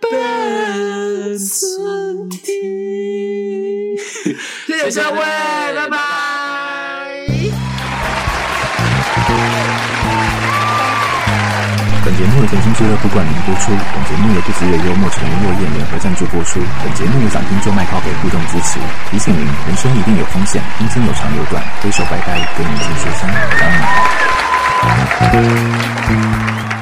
S2: 变春天。
S1: 谢谢
S2: 谢
S1: 各位，
S2: 各位
S1: 拜
S2: 拜
S1: 拜。
S4: 本节目由甜心俱乐部冠名播出。本节目由不只有幽默成员落叶联合赞助播出。本节目由掌听做麦靠北互动支持。提醒您，人生一定有风险，人生有长有短，挥手拜拜，跟你说声早安。